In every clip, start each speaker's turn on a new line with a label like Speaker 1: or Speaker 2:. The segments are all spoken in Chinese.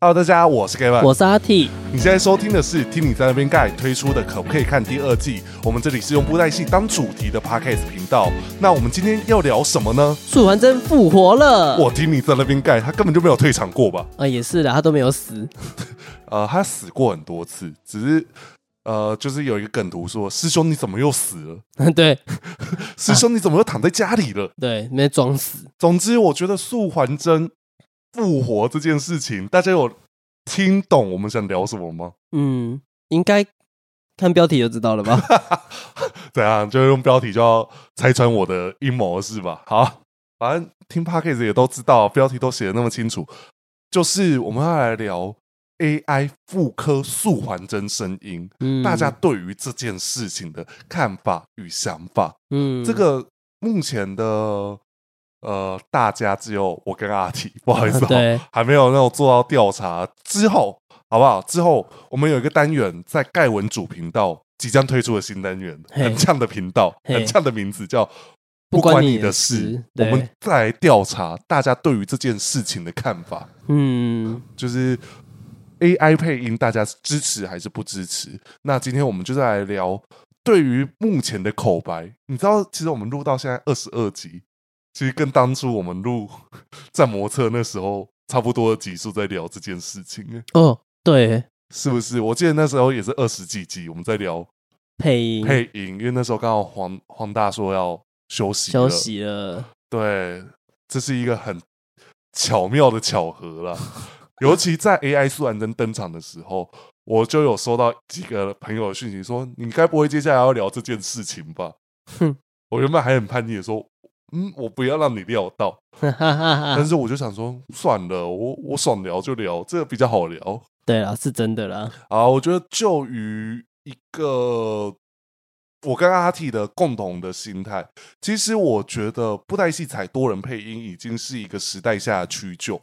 Speaker 1: Hello，大家，我是 Kevin。
Speaker 2: 我是阿 T，
Speaker 1: 你现在收听的是《听你在那边盖》推出的《可不可以看》第二季。我们这里是用布袋戏当主题的 Podcast 频道。那我们今天要聊什么呢？
Speaker 2: 素还真复活了。
Speaker 1: 我听你在那边盖，他根本就没有退场过吧？
Speaker 2: 啊，也是的，他都没有死。
Speaker 1: 呃，他死过很多次，只是呃，就是有一个梗图说：“师兄你怎么又死了？
Speaker 2: 对
Speaker 1: 师兄你怎么又躺在家里了？”
Speaker 2: 对，没装死。
Speaker 1: 总之，我觉得素还真复活这件事情，大家有听懂我们想聊什么吗？
Speaker 2: 嗯，应该看标题就知道了吧？
Speaker 1: 怎样？就用标题就要拆穿我的阴谋是吧？好，反正听 p a c k a g e 也都知道，标题都写的那么清楚，就是我们要来聊 AI 复刻素还真声音，
Speaker 2: 嗯，
Speaker 1: 大家对于这件事情的看法与想法。
Speaker 2: 嗯，
Speaker 1: 这个目前的呃，大家只有我跟阿提， 不好意思、哦，
Speaker 2: 对
Speaker 1: 还没有那种做到调查之后，好不好？之后我们有一个单元在盖文主频道即将推出的新单元，
Speaker 2: 嘿
Speaker 1: 很呛的频道，
Speaker 2: 嘿
Speaker 1: 很呛的名字叫“
Speaker 2: 不关
Speaker 1: 关
Speaker 2: 你
Speaker 1: 的
Speaker 2: 的
Speaker 1: 事
Speaker 2: 事”。
Speaker 1: 我
Speaker 2: 对
Speaker 1: 们再来调查大家对于这件事情的看法，
Speaker 2: 嗯
Speaker 1: 就是 AI 配音大家支持还是不支持？那今天我们就再来聊对于目前的口白，你知道，其实我们录到现在二十二集，其实跟当初我们录战魔策那时候差不多的集数在聊这件事情，欸
Speaker 2: 哦，对，
Speaker 1: 是不是？我记得那时候也是二十几集，我们在聊
Speaker 2: 配音
Speaker 1: 配音，因为那时候刚好黄黄大说要休息了，
Speaker 2: 休息了。
Speaker 1: 对，这是一个很巧妙的巧合啦。尤其在 AI 素然真登场的时候，我就有收到几个朋友的讯息说：“你该不会接下来要聊这件事情吧？”
Speaker 2: 哼
Speaker 1: 我原本还很叛逆的说：“嗯，我不要让你料到。”
Speaker 2: 哈哈哈
Speaker 1: 但
Speaker 2: 哈。
Speaker 1: 是我就想说，算了，我我爽聊就聊，这个比较好聊
Speaker 2: 对啦，是真的啦。
Speaker 1: 啊。我觉得就于一个我跟阿 T 的共同的心态，其实我觉得布袋戏采多人配音已经是一个时代下的趋就，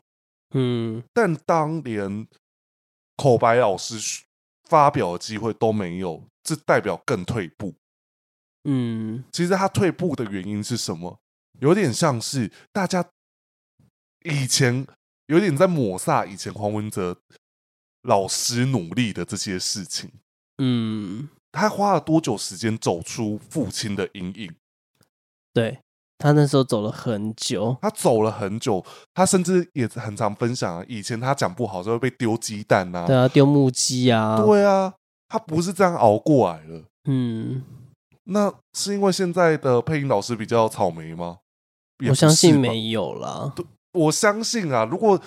Speaker 2: 嗯，
Speaker 1: 但当连口白老师发表的机会都没有，这代表更退步。
Speaker 2: 嗯，
Speaker 1: 其实他退步的原因是什么？有点像是大家以前有点在抹煞以前黄文哲老师努力的这些事情。
Speaker 2: 嗯，
Speaker 1: 他花了多久时间走出父亲的阴影？
Speaker 2: 对他那时候走了很久。
Speaker 1: 他走了很久，他甚至也很常分享啊。以前他讲不好就会被丢鸡蛋啊，
Speaker 2: 对啊，丢木屐啊。，
Speaker 1: 对啊，他不是这样熬过来了。
Speaker 2: 嗯，
Speaker 1: 那是因为现在的配音老师比较草莓吗？也
Speaker 2: 我
Speaker 1: 不
Speaker 2: 相
Speaker 1: 是
Speaker 2: 信
Speaker 1: 吧
Speaker 2: 没有啦。
Speaker 1: 我相信啊，如果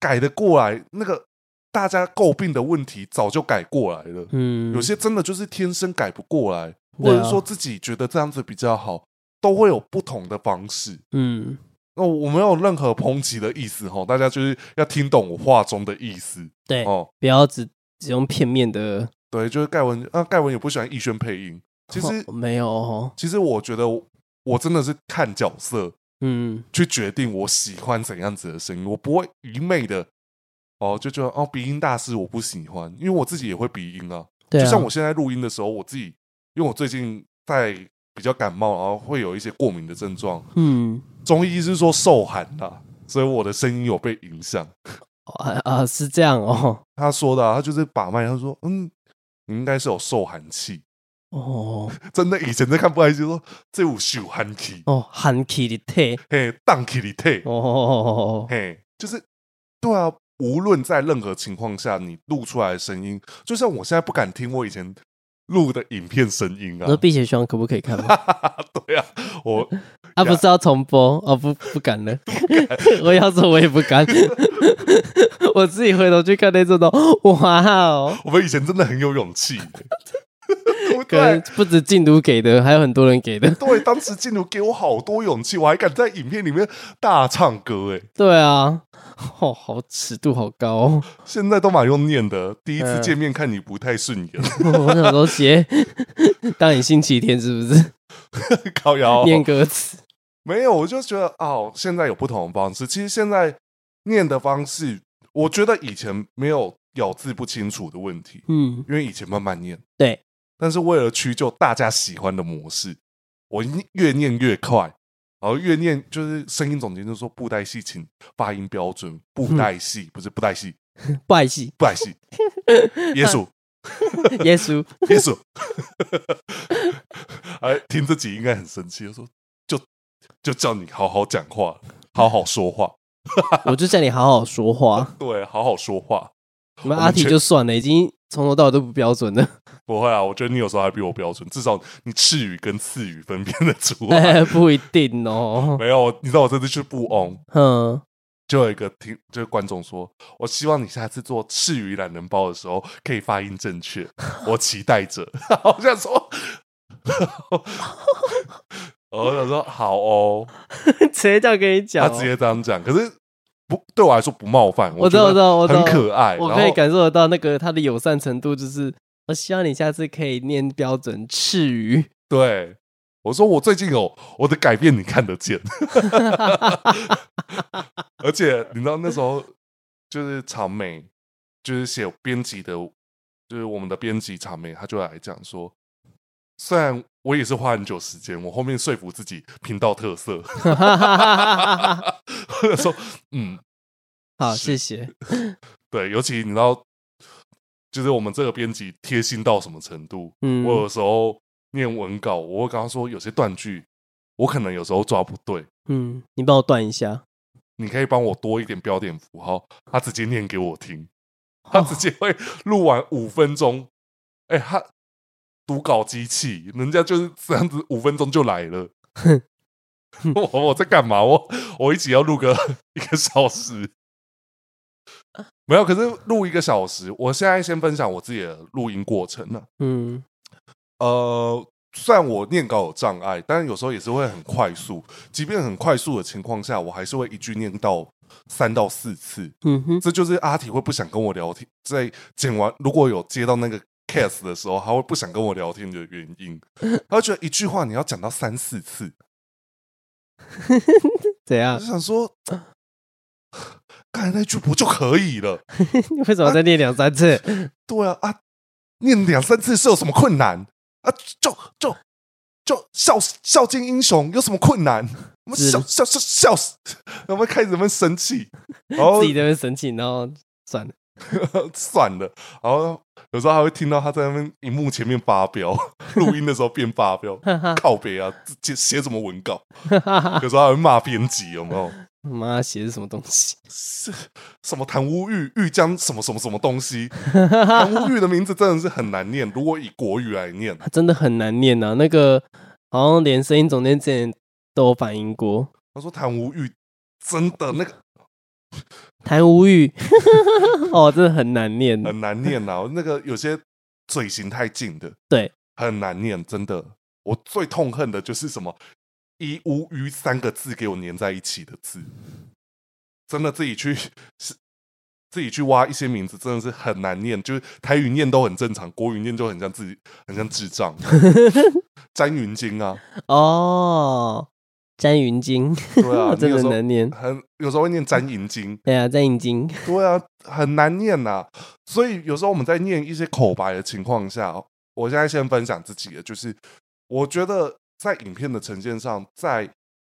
Speaker 1: 改得过来，那个大家诟病的问题早就改过来了。
Speaker 2: 嗯，
Speaker 1: 有些真的就是天生改不过来，
Speaker 2: 对
Speaker 1: 或
Speaker 2: 啊
Speaker 1: 者是说自己觉得这样子比较好，都会有不同的方式。
Speaker 2: 嗯，
Speaker 1: 那哦我没有任何抨击的意思哈，大家就是要听懂我话中的意思
Speaker 2: 对，
Speaker 1: 哦。
Speaker 2: 不要只只用片面的。
Speaker 1: 对，就是盖文啊，盖文也不喜欢逸轩配音。其实，
Speaker 2: 哦没有哦。
Speaker 1: 其实我觉得我我真的是看角色，
Speaker 2: 嗯，
Speaker 1: 去决定我喜欢怎样子的声音，我不会一昧的哦，就觉得哦鼻音大师我不喜欢，因为我自己也会鼻音啊。
Speaker 2: 对啊，
Speaker 1: 就像我现在录音的时候，我自己因为我最近在比较感冒，然后会有一些过敏的症状，
Speaker 2: 嗯，
Speaker 1: 中医是说受寒啦、所以我的声音有被影响。
Speaker 2: 哦啊啊，是这样哦，
Speaker 1: 他说的、啊，他就是把脉，他说嗯，你应该是有受寒气。
Speaker 2: 哦
Speaker 1: 真的，以前在看不开心，说这有受寒气，
Speaker 2: 哦，韩气的退，
Speaker 1: 嘿，荡气里退。
Speaker 2: 哦哦，
Speaker 1: 嘿，就是对啊，无论在任何情况下，你录出来的声音，就像我现在不敢听我以前录的影片声音
Speaker 2: 你说
Speaker 1: 啊。
Speaker 2: 碧血霜可不可以看吗？
Speaker 1: 对啊，我
Speaker 2: 啊，不是要重播哦，不不敢了，我要说我也不 敢，我自己回头去看那这种，哇哦，
Speaker 1: 我们以前真的很有勇气、对不
Speaker 2: 可能
Speaker 1: 对？
Speaker 2: 不止禁毒给的，还有很多人给的，
Speaker 1: 对， 当时静茹给我好多勇气，我还敢在影片里面大唱歌、哎，
Speaker 2: 对啊，哦，好尺度好高哦，
Speaker 1: 现在都蛮用念的。第一次
Speaker 2: 嗯
Speaker 1: 见面看你不太顺眼，
Speaker 2: 我想说写，当你星期天是不是
Speaker 1: 高瑶
Speaker 2: 念歌词？
Speaker 1: 没有，我就觉得哦，现在有不同的方式。其实现在念的方式，我觉得以前没有咬字不清楚的问题，
Speaker 2: 嗯，
Speaker 1: 因为以前慢慢念。
Speaker 2: 对，
Speaker 1: 但是为了屈就大家喜欢的模式，我越念越快，然后越
Speaker 2: 嗯
Speaker 1: 念就是声音总监就说布袋戏请发音标准，布袋戏不是布袋戏，
Speaker 2: 不好 意思，
Speaker 1: 不好意 思，耶稣，
Speaker 2: 耶稣，
Speaker 1: 耶稣， 哎，听这集应该很生气，就说就就叫你好好讲话，好好说话，
Speaker 2: 我就叫你好好 说话。
Speaker 1: 对，好好说话。
Speaker 2: 我们阿体
Speaker 1: 全
Speaker 2: 就算了，已经从头到尾都不标准 了。
Speaker 1: 不会啊，我觉得你有时候还比我标准，至少你赤语跟次语分辨得出来。
Speaker 2: 哎， 不一 定哦。
Speaker 1: 没有，你知道我这次去布翁，
Speaker 2: 嗯，
Speaker 1: 就有一个听，就是观众说，我希望你下次做赤鱼懒人包的时候可以发音正确，我期待着。 我想说， 我想说好哦，
Speaker 2: 直接这样跟你讲
Speaker 1: 他
Speaker 2: 哦，
Speaker 1: 直接这样讲，可是不对我来说不冒犯，
Speaker 2: 我知
Speaker 1: 觉
Speaker 2: 道，
Speaker 1: 得
Speaker 2: 我知道，我知
Speaker 1: 很
Speaker 2: 道，
Speaker 1: 可爱，
Speaker 2: 我
Speaker 1: 然
Speaker 2: 可以
Speaker 1: 后
Speaker 2: 感受得到那个他的友善程度，就是我希望你下次可以念标准赤语。
Speaker 1: 对。我说我最近有我的改变，你看得见， 而且你知道那时候就是草莓，就是写编辑的，就是我们的编辑草莓，他就来讲说，虽然我也是花很久时间，我后面说服自己频道特色， 我就说嗯，
Speaker 2: 好，谢谢。
Speaker 1: 对，尤其你知道，就是我们这个编辑贴心到什么程度，
Speaker 2: 嗯，
Speaker 1: 我有时候念文稿，我会跟他说有些断句，我可能有时候抓不对，
Speaker 2: 嗯，你帮我断一下。
Speaker 1: 你可以帮我多一点标点符号，他直接念给我听，
Speaker 2: 哦
Speaker 1: 他直接会录完五分钟，哎、他读稿机器，人家就是这样子，五分钟就来了。 我我在干嘛？我我一集要录个一个小时，没有，可是录一个小时，我现在先分享我自己的录音过程啊呢、
Speaker 2: 嗯
Speaker 1: 呃，虽然我念稿有障碍，但是有时候也是会很快速。即便很快速的情况下，我还是会一句念到三到四次。
Speaker 2: 嗯哼，
Speaker 1: 这就是阿体会不想跟我聊天，在剪完如果有接到那个 case 的时候，他会不想跟我聊天的原因。他会觉得一句话你要讲到三四次，
Speaker 2: 怎
Speaker 1: 我
Speaker 2: 样
Speaker 1: 就？想说，刚才那句不就可以了？
Speaker 2: 你 为什么再念两三 次？
Speaker 1: 对啊啊，念两三次是有什么困难啊？就就就孝孝敬英雄有什么困难？我们
Speaker 2: 是
Speaker 1: 笑笑笑笑死，我们开始们生气，然后
Speaker 2: 自己在那边生气，然后算了。，
Speaker 1: 算了，然后有时候还会听到他在那边荧幕前面发飙，录音的时候变发飙
Speaker 2: 哈哈
Speaker 1: 靠北啊，写写什么文 稿？
Speaker 2: 哈哈，
Speaker 1: 有时候还会骂编辑，有没有？
Speaker 2: 妈写的什么东西？
Speaker 1: 是什么谭屋玉玉江什么什么什么东 西？谭屋玉的名字真的是很难念，如果以国语来念，
Speaker 2: 真的很难念呐、啊。那个好像连声音总监之前都有反映过，
Speaker 1: 他说谭无欲真的那个
Speaker 2: 谭无欲， 哦，真的很难念。
Speaker 1: 很难念啊，那个有些嘴型太近的，
Speaker 2: 对，
Speaker 1: 很难念，真的。我最痛恨的就是什么“一无鱼”三个字给我粘在一起的字，真的自己去 是自己去挖一些名字，真的是很难念。就是台语念都很正常，国语念就很像自己很像智 障。詹云经啊，
Speaker 2: 哦，詹云晶，
Speaker 1: 对啊，
Speaker 2: 真
Speaker 1: 你有
Speaker 2: 的
Speaker 1: 时候
Speaker 2: 难念。
Speaker 1: 很有时候会念詹银经，
Speaker 2: 对啊，詹云晶，
Speaker 1: 对啊，很难念呐、所以有时候我们在念一些口白的情况下，哦我现在先分享自己的，就是我觉得在影片的呈现上，在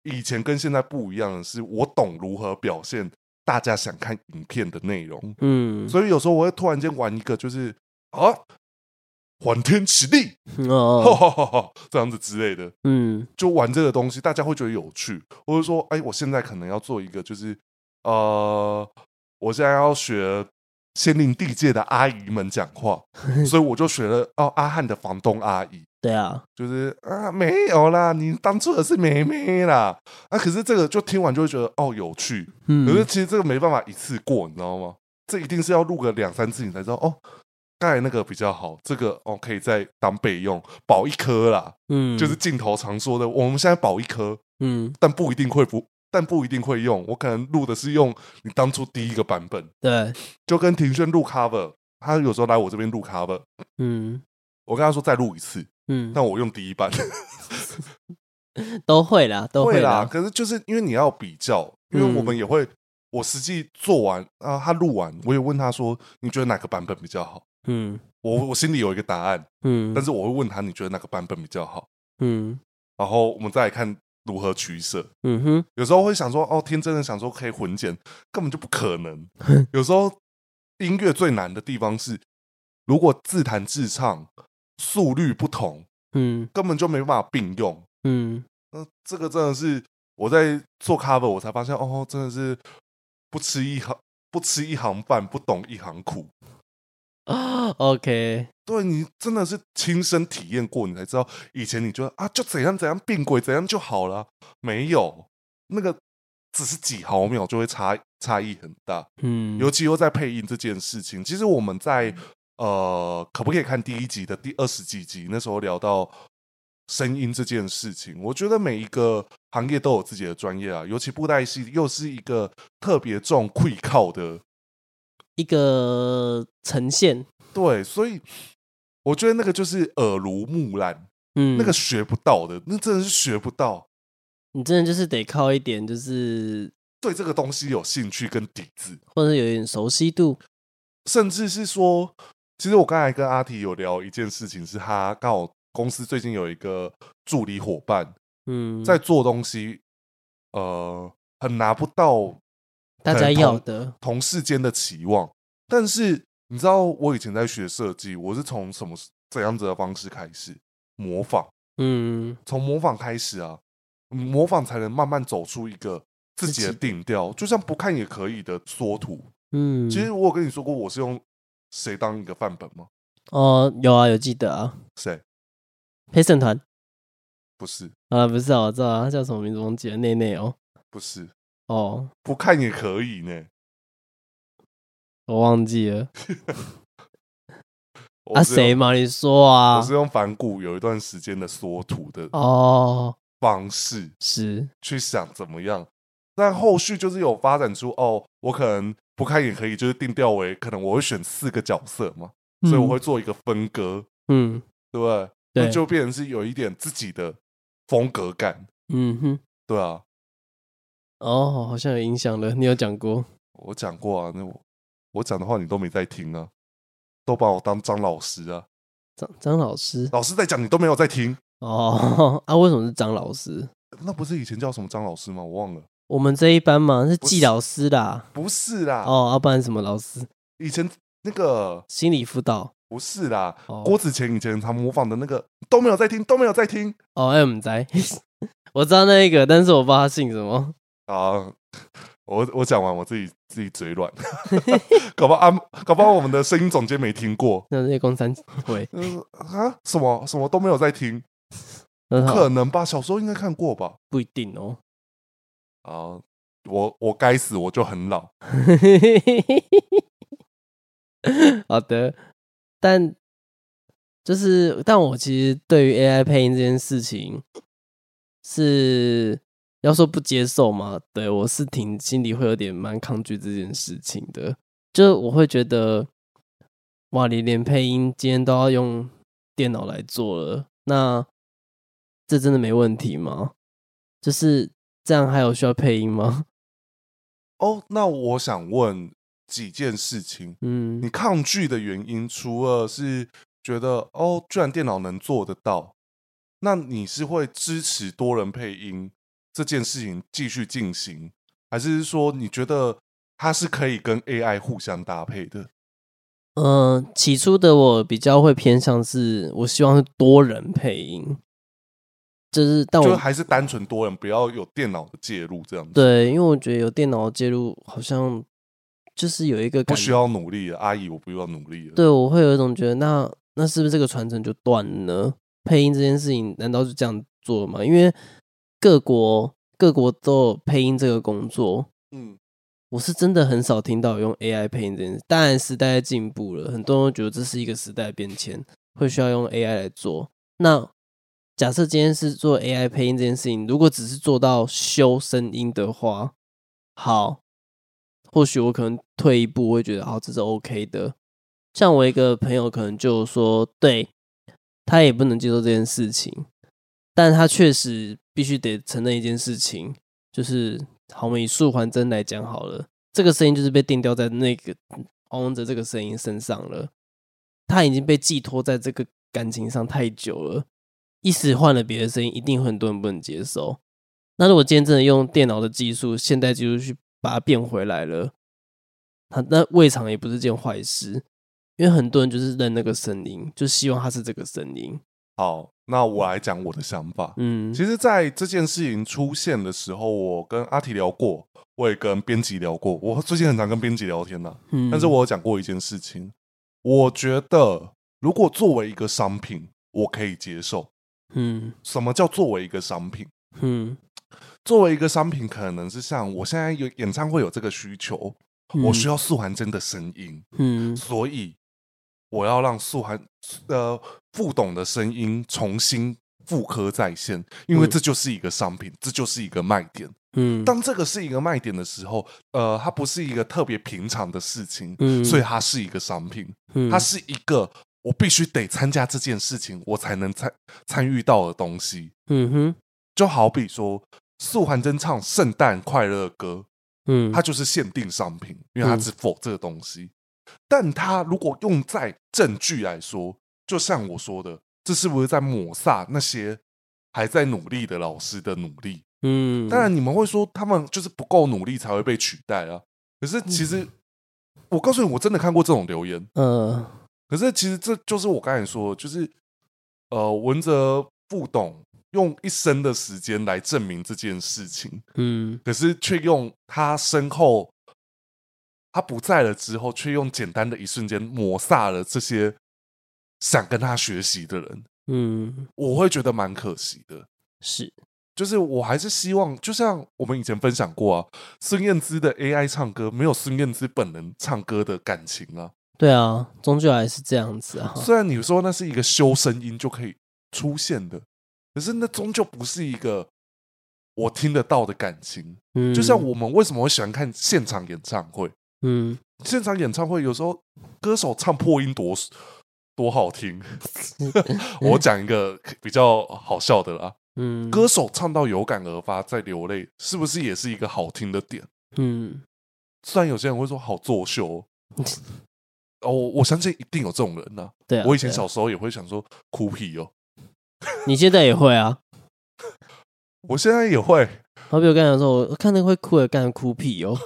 Speaker 1: 以前跟现在不一样的是，我懂如何表现大家想看影片的内容。
Speaker 2: 嗯，
Speaker 1: 所以有时候我会突然间玩一个，就是啊，还天喜地， 哈
Speaker 2: 哦，
Speaker 1: 哈哈哈，这样子之类的。
Speaker 2: 嗯
Speaker 1: 就玩这个东西，大家会觉得有趣，或者说，哎，我现在可能要做一个，就是呃，我现在要学仙灵地界的阿姨们讲话，所以我就学了哦，阿汉的房东阿姨，
Speaker 2: 对啊，
Speaker 1: 就是啊，没有啦，你当初的是妹妹啦，啊，可是这个就听完就会觉得哦有趣，可是
Speaker 2: 嗯，
Speaker 1: 其实这个没办法一次过，你知道吗？这一定是要录个两三次，你才知道哦。刚才那个比较好，这个哦可以再当备用，保一颗啦。
Speaker 2: 嗯，
Speaker 1: 就是，镜头常说的，我们现在保一颗，
Speaker 2: 嗯，
Speaker 1: 但不一定会不，但不一定会用。我可能录的是用你当初第一个版本，
Speaker 2: 对，
Speaker 1: 就跟庭轩录 cover，他有时候来我这边录 cover，
Speaker 2: 嗯
Speaker 1: 我跟他说再录一次，
Speaker 2: 嗯，
Speaker 1: 但我用第一版
Speaker 2: 都会啦，都
Speaker 1: 会啦。
Speaker 2: 啦，
Speaker 1: 可是就是因为你要比较，因为我们也会，我实际做完啊，他录完，我也问他说，你觉得哪个版本比较好？
Speaker 2: 嗯
Speaker 1: 我我心里有一个答案，
Speaker 2: 嗯，
Speaker 1: 但是我会问他，你觉得哪个版本比较好？
Speaker 2: 嗯
Speaker 1: 然后我们再来看如何取舍。
Speaker 2: 嗯哼，
Speaker 1: 有时候会想说，哦，天真的想说可以混剪，根本就不可能。有时候音乐最难的地方是，如果自弹自唱速率不同，
Speaker 2: 嗯
Speaker 1: 根本就没办法并用。
Speaker 2: 嗯，
Speaker 1: 那这个真的是我在做 cover，我才发现哦，真的是不吃一行不吃一行饭，不懂一行苦。
Speaker 2: 啊，OK，
Speaker 1: 对你真的是亲身体验过，你才知道以前你觉得啊，就怎样怎样并轨怎样就好了，没有那个只是几毫秒就会差差异很大，
Speaker 2: 嗯，
Speaker 1: 尤其又在配音这件事情。其实我们在呃，可不可以看第一集的第二十几集？那时候聊到声音这件事情，我觉得每一个行业都有自己的专业啊，尤其布袋戏又是一个特别重溃靠的
Speaker 2: 一个呈现，
Speaker 1: 对，所以我觉得那个就是耳濡目染，
Speaker 2: 嗯，
Speaker 1: 那个学不到的，那真的是学不到。
Speaker 2: 你真的就是得靠一点，就是
Speaker 1: 对这个东西有兴趣跟底子，
Speaker 2: 或者有一点熟悉度，
Speaker 1: 甚至是说，其实我刚才跟阿提有聊一件事情，是他刚好公司最近有一个助理伙伴
Speaker 2: 嗯，
Speaker 1: 在做东西，呃，很拿不到
Speaker 2: 大
Speaker 1: 可
Speaker 2: 家
Speaker 1: 能
Speaker 2: 要
Speaker 1: 同
Speaker 2: 的，
Speaker 1: 同事间的期望。但是你知道，我以前在学设计，我是从什么怎样子的方式开始模仿。
Speaker 2: 嗯
Speaker 1: 从模仿开始啊，嗯模仿才能慢慢走出一个自己的
Speaker 2: 自己
Speaker 1: 定调，就像不看也可以的缩图。
Speaker 2: 嗯，
Speaker 1: 其实我有跟你说过，我是用谁当一个范本吗？
Speaker 2: 哦，有啊，有记得啊，
Speaker 1: 谁？
Speaker 2: 陪审团
Speaker 1: 不是，
Speaker 2: 啊，不是啊，我知道啊，他叫什么名字忘记了，内内哦，
Speaker 1: 不是，
Speaker 2: 哦，
Speaker 1: 不看也可以呢。
Speaker 2: 我忘记了
Speaker 1: 我
Speaker 2: 啊，
Speaker 1: 是用
Speaker 2: 谁？嘛？你说啊
Speaker 1: 我是，用反骨有一段时间的缩图的
Speaker 2: 哦，
Speaker 1: 方式
Speaker 2: 是，
Speaker 1: 去想怎么样。但后续就是有发展出哦，我可能不看也可以，就是定调为可能我会选四个角色嘛，所以我会做一个分割。
Speaker 2: 嗯，
Speaker 1: 对不对？
Speaker 2: 对
Speaker 1: 那就变成是有一点自己的风格感，
Speaker 2: 嗯嗯哼，
Speaker 1: 对啊，
Speaker 2: 哦，好像有影响了，你有讲过，
Speaker 1: 我讲过啊，那我我讲的话你都没在听啊，都把我当张老师啊，
Speaker 2: 张张老师，
Speaker 1: 老师在讲你都没有在听，
Speaker 2: 哦， 啊，为什么是张老师？
Speaker 1: 那不是以前叫什么张老师吗？我忘了，
Speaker 2: 我们这一班嘛是
Speaker 1: 不
Speaker 2: 季
Speaker 1: 是
Speaker 2: 老师啦，
Speaker 1: 不是啦，
Speaker 2: 哦，要、不然什么老师？
Speaker 1: 以前那个
Speaker 2: 心理辅导
Speaker 1: 不是啦，
Speaker 2: 哦
Speaker 1: 郭子乾以前他模仿的那个都没有在听，都没有在听
Speaker 2: 哦，哎、唔知， 我知道那一个，但是我不知道他姓什么。
Speaker 1: 啊。我我讲完我自己自己嘴软， 搞不好啊，搞不好我们的声音总监没听过，
Speaker 2: 那那工三 会，
Speaker 1: 嗯啊，什么什么都没有在听，
Speaker 2: 那
Speaker 1: 可
Speaker 2: 好
Speaker 1: 能吧，小时候应该看过吧。
Speaker 2: 不一定哦。
Speaker 1: 啊，我我该死，我就很老。
Speaker 2: 好的，但就是，但我其实对于 AI 配音这件事情是要说不接受嘛，对我是挺心里会有点蛮抗拒这件事情的，就我会觉得，哇，你连配音今天都要用电脑来做了，那这真的没问题吗？就是这样，还有需要配音吗？
Speaker 1: 哦，那我想问几件事情，
Speaker 2: 嗯
Speaker 1: 你抗拒的原因，除了是觉得哦，居然电脑能做得到，那你是会支持多人配音这件事情继续进行，还是说你觉得它是可以跟 AI 互相搭配的？
Speaker 2: 嗯，起初的我比较会偏向是，我希望是多人配音，就是但
Speaker 1: 就
Speaker 2: 我
Speaker 1: 还是单纯多人，不要有电脑的介入这样子，
Speaker 2: 对，因为我觉得有电脑介入，好像就是有一个
Speaker 1: 不
Speaker 2: 感
Speaker 1: 需要努力了，阿姨，我不要努力了。
Speaker 2: 对我会有一种觉得，那那是不是这个传承就断了呢？配音这件事情难道就这样做吗？因为各国各国都有配音这个工作，
Speaker 1: 嗯，
Speaker 2: 我是真的很少听到有用 AI 配音这件事。当然，时代在进步了，很多人都觉得这是一个时代的变迁，会需要用 AI 来做。那假设今天是做 AI 配音这件事情，如果只是做到修声音的话，好，或许我可能退一步，我会觉得好，这是 OK 的。像我一个朋友，可能就说，对他也不能接受这件事情，但他确实必须得承认一件事情，就是好，我们以素还真来讲好了，这个声音就是被定调在那个黄文哲这个声音身上了，他已经被寄托在这个感情上太久了，一时换了别的声音，一定会很多人不能接受。那如果今天真的用电脑的技术、现代技术去把它变回来了，它那未尝也不是件坏事，因为很多人就是认那个声音，就希望它是这个声音。
Speaker 1: 好，那我来讲我的想法。
Speaker 2: 嗯，
Speaker 1: 其实，在这件事情出现的时候，我跟阿提聊过，我也跟编辑聊过。我最近很常跟编辑聊天呐、
Speaker 2: 嗯
Speaker 1: 但是我有讲过一件事情，我觉得如果作为一个商品，我可以接受。
Speaker 2: 嗯
Speaker 1: 什么叫作为一个商品？
Speaker 2: 嗯，
Speaker 1: 作为一个商品，可能是像我现在有演唱会有这个需求，我需
Speaker 2: 要
Speaker 1: 要素还真的声音，
Speaker 2: 嗯
Speaker 1: 所以我要让素涵呃副董的声音重新复刻再现，因为
Speaker 2: 嗯
Speaker 1: 这就是一个商品，这就是一个卖点。
Speaker 2: 嗯，
Speaker 1: 当这个是一个卖点的时候，呃，它不是一个特别平常的事情，
Speaker 2: 嗯
Speaker 1: 所以它是一个商品，
Speaker 2: 嗯
Speaker 1: 它是一个我必须得参加这件事情，我才能参参与到的东西。
Speaker 2: 嗯哼
Speaker 1: 就好比说，素还真唱《圣诞快乐歌》，
Speaker 2: 嗯，
Speaker 1: 它就是限定商品，因为它
Speaker 2: 嗯
Speaker 1: 是否这个东西。但它如果用在证据来说，就像我说的，这是不是在抹煞那些还在努力的老师的努力？
Speaker 2: 嗯，
Speaker 1: 当然，你们会说他们就是不够努力才会被取代啊。可
Speaker 2: 嗯
Speaker 1: 是其实，我告诉你，我真的看过这种留言。
Speaker 2: 呃
Speaker 1: 可是其实这就是我刚才说的，就是呃，文哲不懂用一生的时间来证明这件事情。
Speaker 2: 嗯
Speaker 1: 可是却用他身后他不在了之后，却用简单的一瞬间抹杀了这些想跟他学习的人，
Speaker 2: 嗯
Speaker 1: 我会觉得蛮可惜的。
Speaker 2: 是
Speaker 1: 就是我还是希望，就像我们以前分享过啊，孙燕姿的 AI 唱歌没有孙燕姿本人唱歌的感情啊。
Speaker 2: 对啊，终究还是这样子啊。
Speaker 1: 虽然你说那是一个修声音就可以出现的，可是那终究不是一个我听得到的感情。
Speaker 2: 嗯，
Speaker 1: 就像我们为什么会喜欢看现场演唱会？
Speaker 2: 嗯
Speaker 1: 现场演唱会有时候歌手唱破音多多好 听。我讲一个比较好笑的啦，
Speaker 2: 嗯
Speaker 1: 歌手唱到有感而发在流泪，是不是也是一个好听的点？
Speaker 2: 嗯
Speaker 1: 虽然有些人会说好作秀哦， 哦，我我相信一定有这种人呐、
Speaker 2: 对啊，
Speaker 1: 我以前
Speaker 2: 对啊
Speaker 1: 小时候也会想说哭屁哦，
Speaker 2: 你现在也会啊。
Speaker 1: 我现在也会
Speaker 2: 好比我刚才说，我看那个会哭的，干哭屁哦。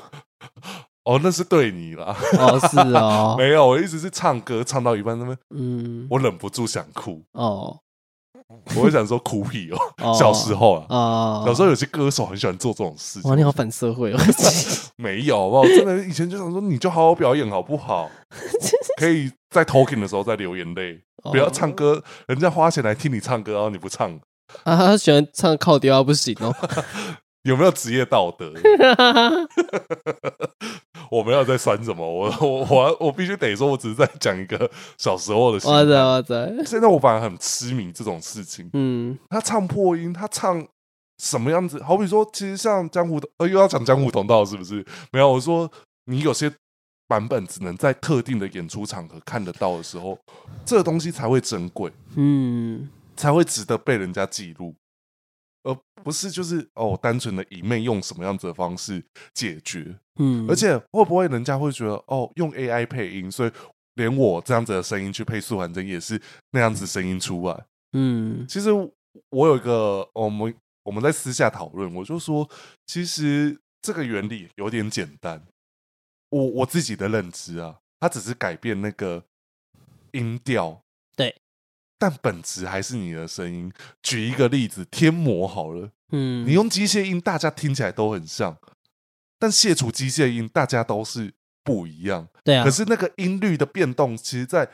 Speaker 1: 哦，那是对你啦。
Speaker 2: 哦，是哦，
Speaker 1: 没有，我一直是唱歌唱到一半，那边
Speaker 2: 嗯，
Speaker 1: 我忍不住想哭，
Speaker 2: 哦
Speaker 1: 我会想说哭屁哦。
Speaker 2: 哦，
Speaker 1: 小时候啊，
Speaker 2: 哦，
Speaker 1: 小时候有些歌手很喜欢做这种事情
Speaker 2: 哇，，你好反社会哦。
Speaker 1: 没有，好不好？真的，以前就想说，你就好好表演好不好？可以在 talking 的时候再流眼泪， 不要唱歌，人家花钱来听你唱歌，然后你不唱，
Speaker 2: 哦啊，他喜欢唱靠调啊，不行 哦。
Speaker 1: 有没有职业道德？我没有在酸什么，我我我我必须得说，我只是在讲一个小时候的心
Speaker 2: 哇塞
Speaker 1: 态。
Speaker 2: 哇塞，
Speaker 1: 现在我反而很痴迷这种事情。
Speaker 2: 嗯
Speaker 1: 他唱破音，他唱什么样子？好比说，其实像江湖，呃，又要讲江湖同道是不是？没有，我说你有些版本只能在特定的演出场合看得到的时候，这个东西才会珍贵，
Speaker 2: 嗯
Speaker 1: 才会值得被人家记录，而不是就是哦，单纯的以妹用什么样子的方式解决。
Speaker 2: 嗯，
Speaker 1: 而且会不会人家会觉得哦，用 AI 配音，所以连我这样子的声音去配素还真也是那样子声音出来？
Speaker 2: 嗯
Speaker 1: 其实我有一个，我们我们在私下讨论，我就说，其实这个原理有点简单。我我自己的认知啊，它只是改变那个音调，
Speaker 2: 对，
Speaker 1: 但本质还是你的声音。举一个例子，贴膜好了，
Speaker 2: 嗯，
Speaker 1: 你用机械音，大家听起来都很像，但卸除机械音，大家都是不一样。
Speaker 2: 对啊，
Speaker 1: 可是那个音律的变动，其实，在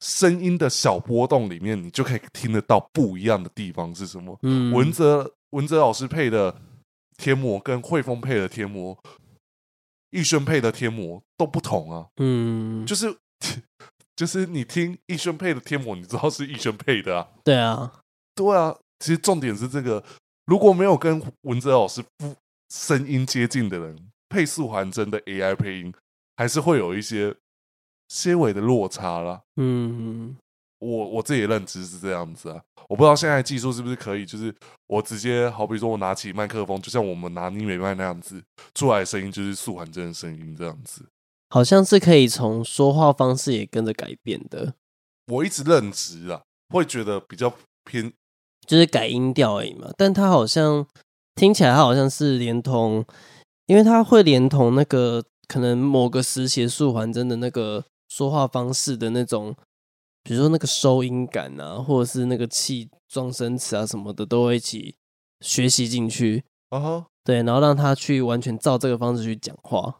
Speaker 1: 声音的小波动里面，你就可以听得到不一样的地方是什么。
Speaker 2: 嗯
Speaker 1: 文泽文泽老师配的贴膜跟汇丰配的贴膜，逸轩配的贴膜都不同啊，
Speaker 2: 嗯
Speaker 1: 就是 就是你听逸轩配的贴膜，你知道是逸轩配的啊，
Speaker 2: 对啊，
Speaker 1: 对啊。其实重点是这个，如果没有跟文泽老师不声音接近的人配素还真的 AI 配音，还是会有一些些微的落差啦。
Speaker 2: 嗯
Speaker 1: 我我自己的认知是这样子啊，我不知道现在技术是不是可以，就是我直接好比说我拿起麦克风，就像我们拿你美麦那样子，出来的声音就是素还真的声音这样子。
Speaker 2: 好像是可以从说话方式也跟着改变的，
Speaker 1: 我一直认知啊，会觉得比较偏
Speaker 2: 就是改音调而已嘛。但它好像听起来，它好像是连同，因为它会连同那个可能某个时写素还真的那个说话方式的那种，比如说那个收音感啊，或者是那个气撞声词啊什么的，都会一起学习进去。
Speaker 1: 啊哈。
Speaker 2: 对，然后让他去完全照这个方式去讲话。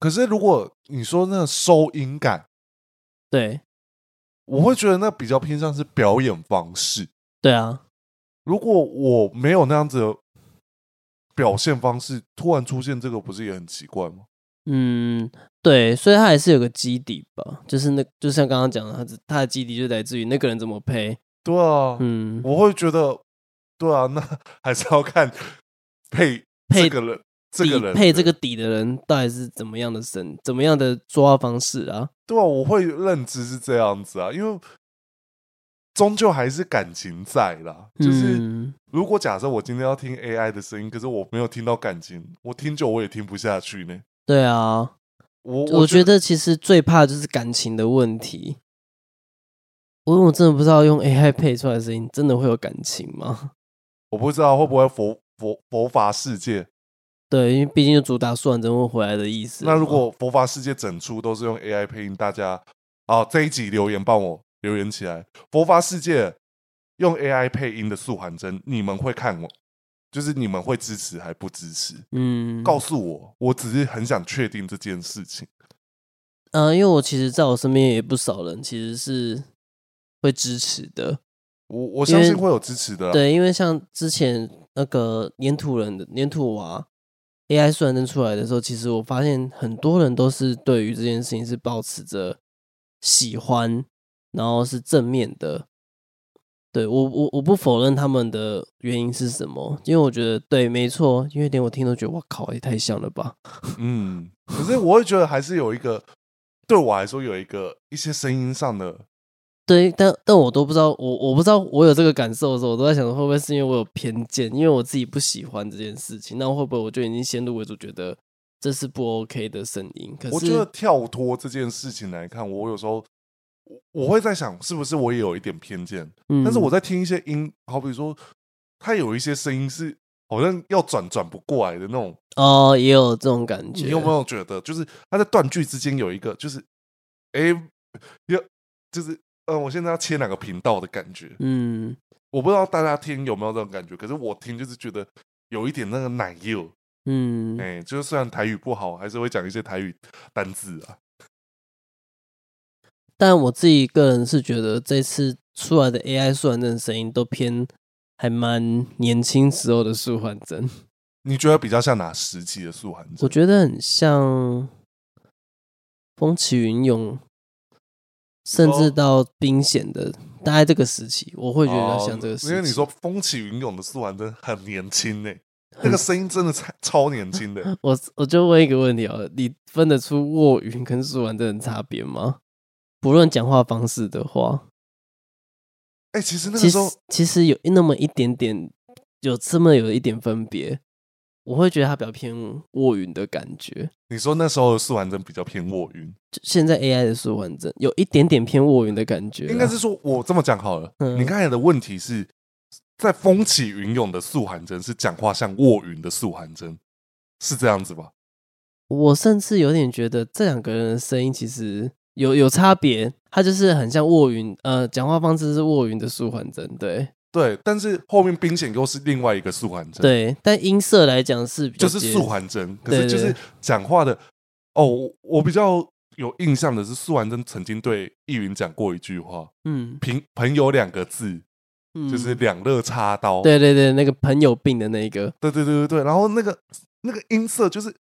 Speaker 1: 可是如果你说那个收音感，
Speaker 2: 对，
Speaker 1: 我会觉得那比较偏向是表演方式。
Speaker 2: 对啊，
Speaker 1: 如果我没有那样子的表现方式，突然出现这个，不是也很奇怪吗？
Speaker 2: 嗯，对，所以他还是有个基底吧，就是那，就像刚刚讲的，他只他的基底就来自于那个人怎么配。
Speaker 1: 对啊，
Speaker 2: 嗯，
Speaker 1: 我会觉得，对啊，那 还是要看配这
Speaker 2: 配
Speaker 1: 个人，这个
Speaker 2: 底
Speaker 1: 人
Speaker 2: 配这
Speaker 1: 的
Speaker 2: 个底的人到底是怎么样的神，怎么样的说话方式啊？
Speaker 1: 对啊，我会认知是这样子啊，因为终究还是感情在啦。就是
Speaker 2: 嗯、
Speaker 1: 如果假设我今天要听 AI 的声音，可是我没有听到感情，我听久我也听不下去呢。
Speaker 2: 对啊，
Speaker 1: 我
Speaker 2: 我觉
Speaker 1: 觉
Speaker 2: 得其实最怕就是感情的问题。我我真的不知道用 AI 配出来的声音真的会有感情吗？
Speaker 1: 我不知道会不会
Speaker 2: 嗯
Speaker 1: 佛佛佛法世界。
Speaker 2: 对，因为毕竟就主打素还真会回来的意思嘛。
Speaker 1: 那如果佛法世界整出都是用 AI 配音，大家啊这一集留言帮我留言起来。佛法世界用 AI 配音的素还真，你们会看我，就是你们会支持还不支持？
Speaker 2: 嗯，
Speaker 1: 告诉我，我只是很想确定这件事情。
Speaker 2: 呃，因为我其实在我身边也不少人其实是会支持的，
Speaker 1: 我我
Speaker 2: 因为
Speaker 1: 相信会有支持的啊啦，
Speaker 2: 对，因为像之前那个粘土人的粘土娃 AI 素然真出来的时候，其实我发现很多人都是对于这件事情是保持着喜欢，然后是正面的。对我我我不否认他们的原因是什么，因为我觉得对，没错，因为连我听都觉得哇靠，也太像了吧。
Speaker 1: 嗯。可是我会觉得还是有一个，对我来说有一个一些声音上的，
Speaker 2: 对，但但我都不知道，我我不知道我有这个感受的时候，我都在想说会不会是因为我有偏见，因为我自己不喜欢这件事情，那会不会我就已经先入为主，觉得这是不 OK 的声音？可
Speaker 1: 我觉得
Speaker 2: 是，
Speaker 1: 跳脱这件事情来看，我有时候我我会在想，是不是我也有一点偏见？
Speaker 2: 嗯
Speaker 1: 但是我在听一些音，好比说，它有一些声音是好像要转转不过来的那种，
Speaker 2: 哦，也有这种感觉，
Speaker 1: 你有没有觉得，就是它在断句之间有一个，就是哎，要、就是嗯、呃我现在要切哪个频道的感觉？
Speaker 2: 嗯，
Speaker 1: 我不知道大家听有没有这种感觉，可是我听就是觉得有一点那个奶油，
Speaker 2: 嗯
Speaker 1: 哎、就是虽然台语不好，还是会讲一些台语单字啊。
Speaker 2: 但我自己个人是觉得这次出来的 AI 素还真的声音都偏还蛮年轻时候的素还真，
Speaker 1: 你觉得比较像哪时期的素寒
Speaker 2: 我
Speaker 1: 症？
Speaker 2: 觉得很像风起云涌，甚
Speaker 1: 说
Speaker 2: 至到冰险的，大概这个时期，我会觉得
Speaker 1: 哦
Speaker 2: 像这个时期。
Speaker 1: 因为你说风起云涌的素寒症很年轻呢、欸
Speaker 2: 很嗯
Speaker 1: 那个声音真的超超年轻的、
Speaker 2: 我我就问一个问题啊，你分得出卧云跟舒婉这的差别吗？不论讲话方式的话，
Speaker 1: 哎、其实那
Speaker 2: 其
Speaker 1: 个
Speaker 2: 实
Speaker 1: 时候
Speaker 2: 其实有那么一点点，有这么有一点分别，我会觉得它比较偏卧云的感觉。
Speaker 1: 你说那时候的素寒症比较偏卧云，
Speaker 2: 就现在 AI 的舒婉症有一点点偏卧云的感觉啊，
Speaker 1: 应该是说我这么讲好了。
Speaker 2: 嗯
Speaker 1: 你刚才的问题是在风起云涌的素寒症是讲话像卧云的素寒症，是这样子吧？
Speaker 2: 我甚至有点觉得这两个人的声音其实有有差别，他就是很像卧云，呃，讲话方式是卧云的舒缓针，对
Speaker 1: 对，但是后面冰险又是另外一个素寒症，，
Speaker 2: 对，但音色来讲是比较
Speaker 1: 就是
Speaker 2: 接
Speaker 1: 素还真，可
Speaker 2: 对
Speaker 1: 是
Speaker 2: 对
Speaker 1: 就是
Speaker 2: 对
Speaker 1: 讲话的哦，我我比较有印象的是素还真曾经对易云讲过一句话
Speaker 2: 嗯，：“
Speaker 1: 朋朋友两个字，
Speaker 2: 嗯
Speaker 1: 就是两肋插刀。”
Speaker 2: 对对对，那个朋友病的那一个，
Speaker 1: 对对对对对，然后那个那个音色就是